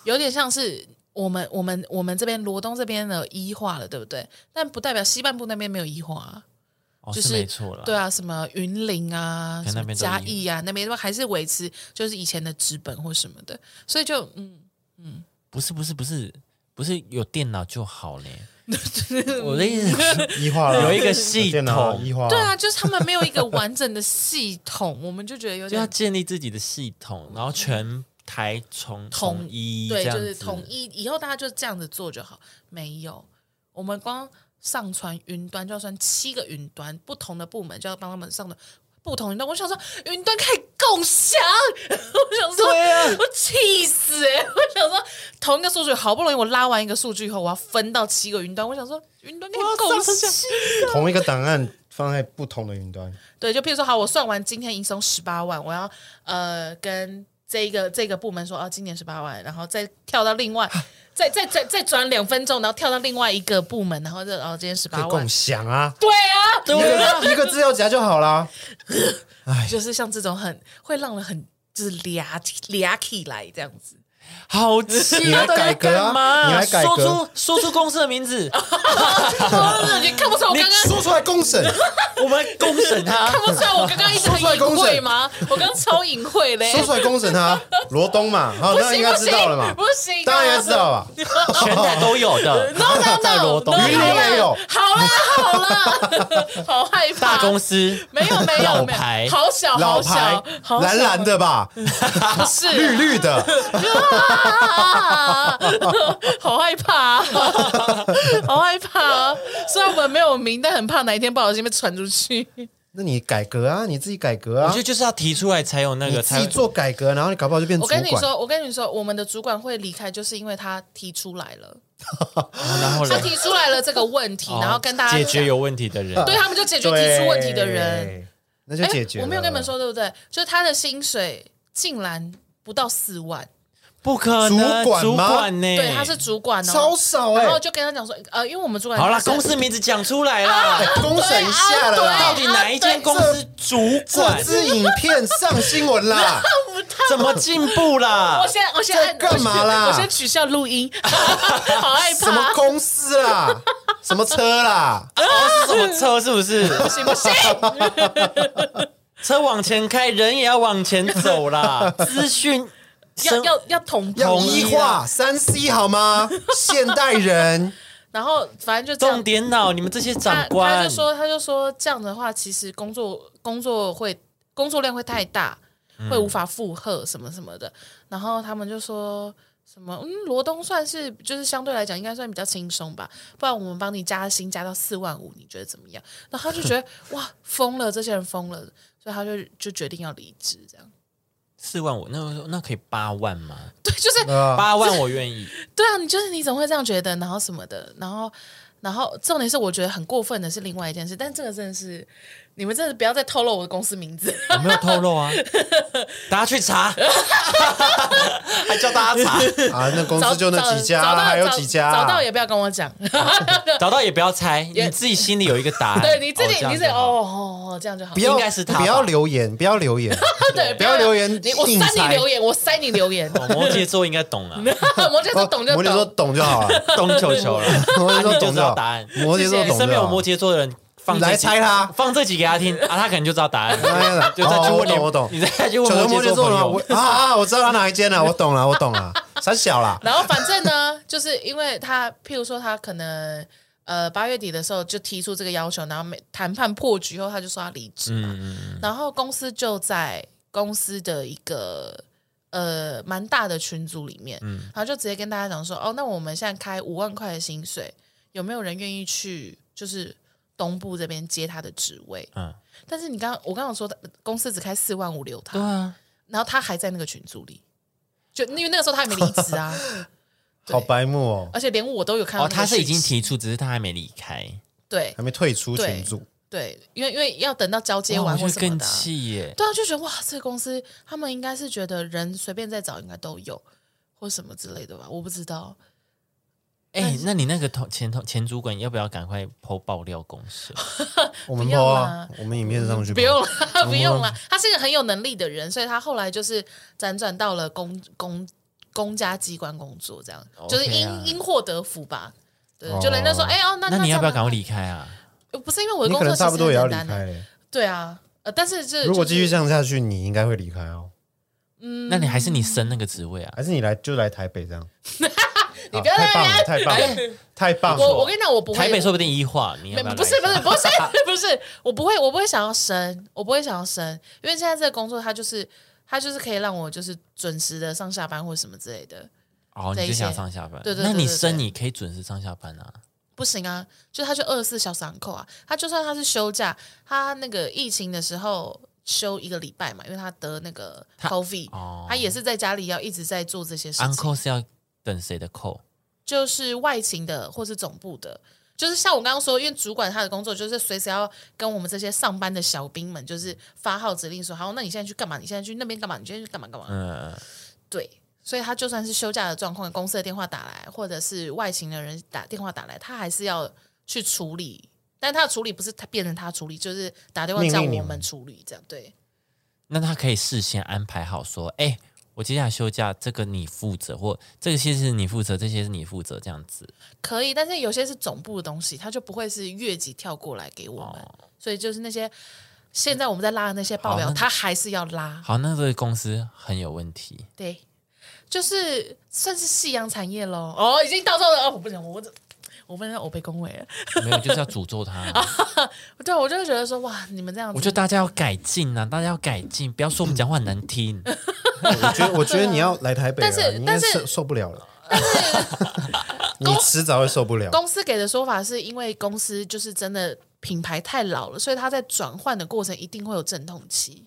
Speaker 2: 有点像是。我们我们我们这边罗东这边的医化了，对不对？但不代表西半部那边没有医化、啊，
Speaker 1: 哦，
Speaker 2: 就是是
Speaker 1: 没错了。
Speaker 2: 对啊，什么云林啊，
Speaker 1: 可能
Speaker 2: 什
Speaker 1: 那
Speaker 2: 么
Speaker 1: 边都
Speaker 2: 嘉
Speaker 1: 一
Speaker 2: 义啊，那边还是维持就是以前的纸本或什么的，所以就嗯，
Speaker 1: 不是不是不是不是有电脑就好嘞。 我的意思是，
Speaker 4: 医化了，
Speaker 1: 有一个系
Speaker 4: 电脑
Speaker 1: 统
Speaker 4: 医化，
Speaker 2: 对啊，，就是他们没有一个完整的系统，我们就觉得有
Speaker 1: 就要
Speaker 2: 点
Speaker 1: 建立自己的系统，然后全台从
Speaker 2: 统
Speaker 1: 统一，
Speaker 2: 对，
Speaker 1: 这
Speaker 2: 就
Speaker 1: 样
Speaker 2: 是
Speaker 1: 子
Speaker 2: 统一，以后大家就这样子做就好。没有，我们光上传云端就要算七个云端，不同的部门就要帮他们上的。不同云端，我想说云端可以共享， 我想说，
Speaker 1: 对啊
Speaker 2: 我气死哎、欸！我想说，同一个数据，好不容易我拉完一个数据以后，我要分到七个云端，我想说云端可以共享，啊
Speaker 4: 同一个档案放在不同的云端，
Speaker 2: 对，就譬如说，好，我算完今天营收十八万，我要呃跟这一个这个部门说，哦、今年十八万，然后再跳到另外，再再再再转两分钟，然后跳到另外一个部门，然后这哦今天十
Speaker 4: 可以
Speaker 2: 八万
Speaker 4: 共，享啊，
Speaker 2: 对啊，
Speaker 4: 对啊，一个资料夹就好啦。
Speaker 2: 就是像这种很会让人很就是俩俩起来这样子，
Speaker 1: 好气
Speaker 4: 你
Speaker 1: 啊！
Speaker 4: 来
Speaker 1: 到底要
Speaker 4: 改革啊
Speaker 1: 干嘛？
Speaker 4: 你来改革
Speaker 1: 说出说出公司的名字，
Speaker 4: 啊
Speaker 2: 哦你看不出来我刚刚。
Speaker 4: 说出来公审，
Speaker 1: 我们公审他。
Speaker 2: 看不出来我刚刚一直很
Speaker 4: 说出来
Speaker 2: 隐
Speaker 4: 公
Speaker 2: 晦
Speaker 4: 审
Speaker 2: 吗？我刚刚超隐晦嘞，
Speaker 4: 说出来公审他，罗东嘛，好，
Speaker 2: 不
Speaker 4: 那
Speaker 2: 行
Speaker 4: 应该
Speaker 2: 不
Speaker 4: 知道了
Speaker 2: 行
Speaker 4: 嘛
Speaker 2: 不，行啊，
Speaker 4: 当然应该知道了吧，
Speaker 1: 全台都有的
Speaker 2: No no
Speaker 1: 在
Speaker 2: no，
Speaker 1: 罗东
Speaker 4: 云林也有
Speaker 2: 好了好了， 好害怕。
Speaker 1: 大公司，
Speaker 2: 没有没
Speaker 1: 老
Speaker 2: 有没
Speaker 1: 牌
Speaker 2: 有，好小
Speaker 4: 老
Speaker 2: 好
Speaker 4: 牌
Speaker 2: 小，好小
Speaker 4: 蓝蓝的吧，
Speaker 2: 不 是
Speaker 4: 绿绿的，
Speaker 2: 啊， 好害怕 啊，好害怕啊。虽然我们没有名，但很怕哪一天不小心被传出去。
Speaker 4: 那你改革啊，你自己改革
Speaker 1: 我
Speaker 4: 啊
Speaker 1: 觉得，就是要提出来才有那
Speaker 4: 你
Speaker 1: 个
Speaker 4: 自
Speaker 1: 才
Speaker 4: 己
Speaker 1: 会
Speaker 4: 做改革，然后你搞不好就变主
Speaker 2: 我跟你
Speaker 4: 管，
Speaker 2: 说，我跟你说，我们的主管会离开，就是因为他提出来了，
Speaker 1: 然后
Speaker 2: 他
Speaker 1: 嘞
Speaker 2: 提出来了这个问题，
Speaker 1: 哦
Speaker 2: 然后跟大家
Speaker 1: 解
Speaker 2: 讲
Speaker 1: 决有问题的人，
Speaker 2: 对他们就解决
Speaker 4: 对
Speaker 2: 提出问题的人。，
Speaker 4: 那就
Speaker 2: 哎，
Speaker 4: 解决。
Speaker 2: 我没有跟你们，说对不对？就是他的薪水竟然不到四万，
Speaker 1: 不可能，
Speaker 4: 主管
Speaker 1: 主
Speaker 4: 吗
Speaker 1: 管呢？
Speaker 2: 对，他是主管哦，
Speaker 4: 哎超少哎
Speaker 2: 然后，就跟他讲说，呃，因为我们主管
Speaker 1: 好啦，
Speaker 2: 就是
Speaker 1: 公司名字讲出来啦，
Speaker 4: 哎公审一下了
Speaker 2: 对啊
Speaker 1: 到
Speaker 4: 啦，
Speaker 1: 底哪一间公司主
Speaker 4: 这
Speaker 1: 管
Speaker 4: 支影片上新闻 啦，
Speaker 1: 怎么进步啦
Speaker 2: 我？先我先
Speaker 4: 在
Speaker 2: 按
Speaker 4: 啊干嘛啦
Speaker 2: 我先取消录音， 好害
Speaker 4: 什么
Speaker 2: 怕。
Speaker 4: 公 司啦，什么车啦，
Speaker 1: 哦，是什么车？是不是？不行不行， 车往前开，人也要往前走 啦。资讯
Speaker 2: 要
Speaker 1: 生
Speaker 2: 要要同步，
Speaker 4: 要
Speaker 1: 统一
Speaker 4: 一化三 C 好吗？现代人
Speaker 2: 然后反正就这
Speaker 1: 重
Speaker 2: 样。
Speaker 1: 点脑，你们这些
Speaker 2: 他
Speaker 1: 长
Speaker 2: 他
Speaker 1: 官
Speaker 2: 就说，他就说这样的话，其实工作工作会工作量会太大，会无法负荷什么什么的。然后他们就说什么，嗯，罗东算是就是相对来讲应该算比较轻松吧，不然我们帮你加薪加到四万五，你觉得怎么样？然后他就觉得哇疯了，这些人疯了，所以他就就决定要离职，这样
Speaker 1: 四万五，那我说那可以八万吗？
Speaker 2: 对，就是
Speaker 4: 啊，
Speaker 1: 八万我愿意。
Speaker 2: 对啊，你就是你怎么会这样觉得？然后什么的，然后然后重点是我觉得很过分的是另外一件事，但这个真的是你们真的不要再透露我的公司名字。
Speaker 1: 我没有透露 啊，大家去查，还叫大家查，
Speaker 4: 啊，那 公
Speaker 2: 找
Speaker 4: 司就那几家
Speaker 2: 找
Speaker 4: 啊，
Speaker 2: 到
Speaker 4: 还有几家啊，哦
Speaker 2: 找，找到也不要跟我 讲。
Speaker 1: 找到也不要 猜，你自己心里有一个答案。
Speaker 2: 对你自己，
Speaker 1: 这样
Speaker 2: 你
Speaker 1: 就
Speaker 2: 自己
Speaker 1: 好
Speaker 2: 哦哦哦，这样就好。
Speaker 4: 不要
Speaker 1: 应该是他吧
Speaker 4: 不要留言，不要留言，
Speaker 2: 对，
Speaker 4: 不要留言
Speaker 2: 你我
Speaker 4: 硬
Speaker 2: 塞
Speaker 4: 塞
Speaker 2: 你留言，我塞你留言。
Speaker 1: 哦摩羯座应该懂啊，
Speaker 2: 摩羯座懂就
Speaker 4: 哦摩羯座
Speaker 2: 懂，
Speaker 4: 懂就好了，
Speaker 1: 懂球球了，
Speaker 4: 摩羯
Speaker 1: 啊
Speaker 4: 座
Speaker 1: 你就
Speaker 4: 懂
Speaker 1: 知
Speaker 4: 就
Speaker 1: 道
Speaker 4: 好
Speaker 1: 答案。
Speaker 4: 摩羯座
Speaker 2: 谢谢
Speaker 1: 身
Speaker 4: 懂就
Speaker 1: 边有
Speaker 4: 好
Speaker 1: 摩。羯座的人，放这
Speaker 4: 来
Speaker 1: 集
Speaker 4: 猜他
Speaker 1: 放这集给他听啊，他可能就知道答案 了。
Speaker 4: 哎呀
Speaker 1: 就再去
Speaker 4: 哦我
Speaker 1: 问
Speaker 4: 懂，
Speaker 1: 你，
Speaker 4: 我懂。
Speaker 1: 你再去问
Speaker 4: 小熊
Speaker 1: 摩
Speaker 4: 摩
Speaker 1: 座
Speaker 4: 羯座
Speaker 1: 朋
Speaker 4: 吗？我
Speaker 1: 友。
Speaker 4: 啊啊，我知道他哪一间了，我懂了，我懂了，三小 啦。
Speaker 2: 然后反正呢，就是因为他，譬如说他可能呃八月底的时候就提出这个要求，然后每谈判破局后，他就说他离职嘛。然后公司就在公司的一个呃蛮大的群组里面，然后就直接跟大家讲说，哦，那我们现在开五万块的薪水。有没有人愿意去就是东部这边接他的职位？
Speaker 1: 嗯，
Speaker 2: 但是你刚我刚刚有说的公司只开四万五留
Speaker 1: 对
Speaker 2: 他，
Speaker 1: 啊，
Speaker 2: 然后他还在那个群组里，就因为那个时候他还没离 职啊，
Speaker 4: 好白目哦，
Speaker 2: 而且连我都有看到
Speaker 1: 哦，
Speaker 2: 那个
Speaker 1: 他是已
Speaker 2: 讯
Speaker 1: 经
Speaker 2: 息
Speaker 1: 提出，只是他还没离开。
Speaker 2: 对
Speaker 4: 还没退出
Speaker 2: 对
Speaker 4: 群组，
Speaker 2: 对，因为因为要等到交接
Speaker 1: 哇
Speaker 2: 完
Speaker 1: 哦我
Speaker 2: 或
Speaker 1: 就
Speaker 2: 什么
Speaker 1: 更
Speaker 2: 的啊、
Speaker 1: 气耶！
Speaker 2: 对啊，就觉得哇，这个公司他们应该是觉得人随便再找应该都有，或什么之类的吧，我不知道。
Speaker 1: 哎，那你那个同前同前主管要不要赶快剖爆料公社？
Speaker 4: 我们
Speaker 2: 不要
Speaker 4: 播
Speaker 2: 啦
Speaker 4: 啊，我们影片上去
Speaker 2: 不用
Speaker 1: 哦
Speaker 2: 了，不用了。他是一个很有能力的人，所以他后来就是辗转到了公公公家机关工作，这样
Speaker 1: OK 啊
Speaker 2: 就是因因祸得福吧。对，
Speaker 4: 哦
Speaker 2: 就人家说，哎、哦，那
Speaker 1: 那你要不要
Speaker 2: 这
Speaker 1: 赶快
Speaker 2: 样
Speaker 1: 离开啊？
Speaker 2: 呃不是因为我的
Speaker 4: 你
Speaker 2: 工
Speaker 4: 可
Speaker 2: 作
Speaker 4: 能
Speaker 2: 其实
Speaker 4: 差不多也要
Speaker 2: 很
Speaker 4: 离
Speaker 2: 简单
Speaker 4: 开
Speaker 2: 的，
Speaker 4: 嘞。
Speaker 2: 对啊，呃，但是这
Speaker 4: 如果继续这
Speaker 2: 样，
Speaker 4: 样下去，你应该会离开哦，
Speaker 2: 嗯
Speaker 1: 那你还是你升那个职位啊？
Speaker 4: 还是你来就来台北这样？
Speaker 2: 你不要在
Speaker 4: 太棒
Speaker 2: 那
Speaker 4: 了，
Speaker 2: 边。
Speaker 4: 啊太棒了，太棒
Speaker 2: 哎我我
Speaker 4: 了！
Speaker 2: 跟你讲，我不会
Speaker 1: 台北说不定一化，你要不要
Speaker 2: 没
Speaker 1: 来？
Speaker 2: 不是不是不是不是，我不会我不会想要升，我不会想要升，因为现在这个工作它就是它就是可以让我就是准时的上下班或什么之类的，
Speaker 1: 哦，
Speaker 2: 这
Speaker 1: 你
Speaker 2: 一
Speaker 1: 就
Speaker 2: 些
Speaker 1: 想上下班？
Speaker 2: 对对对
Speaker 1: 那你
Speaker 2: 对对
Speaker 1: 升你可以准时上下班啊。
Speaker 2: 不行啊，就它就二十四小时航扣啊，它就算它是休假，它那个疫情的时候休一个礼拜嘛，因为他得那个
Speaker 1: 它
Speaker 2: COVID，
Speaker 1: 哦
Speaker 2: 他也是在家里要一直在做这些事情，
Speaker 1: uncle 是要等谁的扣？
Speaker 2: 就是外勤的或是总部的。就是像我刚刚说，因为主管他的工作就是随时要跟我们这些上班的小兵们，就是发号指令说，好，那你现在去干嘛？你现在去那边干嘛？你现在去干嘛干嘛？
Speaker 1: 嗯，
Speaker 2: 对，所以他就算是休假的状况，公司的电话打来，或者是外勤的人打电话打来，他还是要去处理。但他的处理不是他变成他处理，就是打电话
Speaker 4: 命
Speaker 2: 叫
Speaker 4: 令你
Speaker 2: 我们
Speaker 4: 们
Speaker 2: 处理，这样对。
Speaker 1: 那他可以事先安排好说，哎、我接下来休假，这个你负责，或这个些是你负责，这些是你负责，这样子。
Speaker 2: 可以，但是有些是总部的东西，他就不会是越级跳过来给我们，所以就是那些现在我们在哦拉的那些报表，
Speaker 1: 好那
Speaker 2: 他还是要拉。
Speaker 1: 好，那这个公司很有问题。
Speaker 2: 对，就是算是夕阳产业喽。哦，已经到这了，哦，我不能，我这我不能让我被恭维了。
Speaker 1: 没有，就是要诅咒他。
Speaker 2: 对，啊我就会觉得说，哇，你们这样子，
Speaker 1: 我觉得大家要改进啊，大家要改进，不要说我们讲话很难 听。
Speaker 4: 我觉得我觉得你要来台北了，
Speaker 2: 但是
Speaker 4: 你应
Speaker 2: 但
Speaker 4: 该
Speaker 2: 是
Speaker 4: 受受不了 了，你迟早会受不了。
Speaker 2: 公司给的说法是因为公司就是真的品牌太老了，所以它在转换的过程一定会有阵痛期。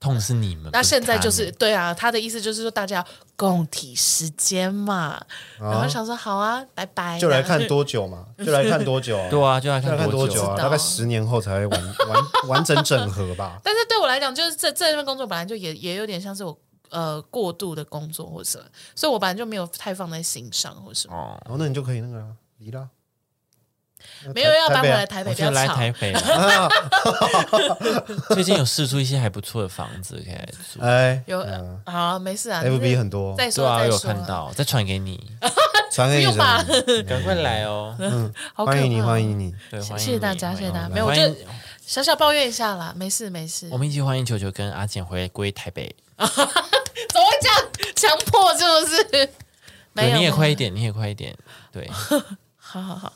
Speaker 1: 痛是你们，
Speaker 2: 那
Speaker 1: 不
Speaker 2: 现在就
Speaker 1: 他
Speaker 2: 是
Speaker 1: 们
Speaker 2: 对啊，他的意思就是说大家要共体时间
Speaker 1: 啊
Speaker 2: 嘛。然后想说好啊，拜拜，
Speaker 4: 就来
Speaker 2: 这样
Speaker 4: 看多久嘛，就来看多久 啊，
Speaker 1: 对啊，就要
Speaker 4: 就来
Speaker 1: 看
Speaker 4: 看多久
Speaker 1: 久
Speaker 4: 啊？
Speaker 2: 知道
Speaker 4: 大概十年后才会完 完完整整合吧。
Speaker 2: 但是对我来讲，就是这这份工作本来就也也有点像是我呃过度的工作或什么，所以我本来就没有太放在心上或什么，
Speaker 1: 哦。
Speaker 4: 然后那你就可以那个啊离了啊，
Speaker 2: 没有要
Speaker 4: 台
Speaker 2: 搬回
Speaker 4: 北啊
Speaker 2: 来台北，
Speaker 1: 我
Speaker 2: 不
Speaker 1: 就
Speaker 2: 要
Speaker 1: 来
Speaker 2: 吵。
Speaker 1: 台北了， 最近有试出一些还不错的房子可以来住，
Speaker 4: 哎
Speaker 2: 有啊，没事啊
Speaker 4: ，FB 很多，
Speaker 2: 再说
Speaker 1: 对啊，
Speaker 2: 再
Speaker 1: 有
Speaker 2: 说
Speaker 1: 看，到，哎再传给 你，
Speaker 4: 传给
Speaker 2: 不用
Speaker 4: 你
Speaker 2: 吧
Speaker 4: 传给你，
Speaker 1: 赶快来哦，
Speaker 2: 好可怕
Speaker 4: 欢迎你，欢迎你。
Speaker 1: 对，
Speaker 2: 谢
Speaker 1: 欢迎
Speaker 2: 谢大
Speaker 1: 你
Speaker 2: 家，
Speaker 1: 欢
Speaker 2: 谢谢
Speaker 1: 迎
Speaker 2: 大家。
Speaker 1: 你
Speaker 2: 没有，我
Speaker 1: 欢
Speaker 2: 就
Speaker 1: 迎
Speaker 2: 小小抱怨一下啦，没事没事。
Speaker 1: 我们一起欢迎球球跟阿简回归台北。
Speaker 2: 怎么会这样强迫？是不是？没
Speaker 1: 哦对，
Speaker 2: 有，
Speaker 1: 你也
Speaker 2: 没有
Speaker 1: 快一。点，你也快一点。对，
Speaker 2: 好好好，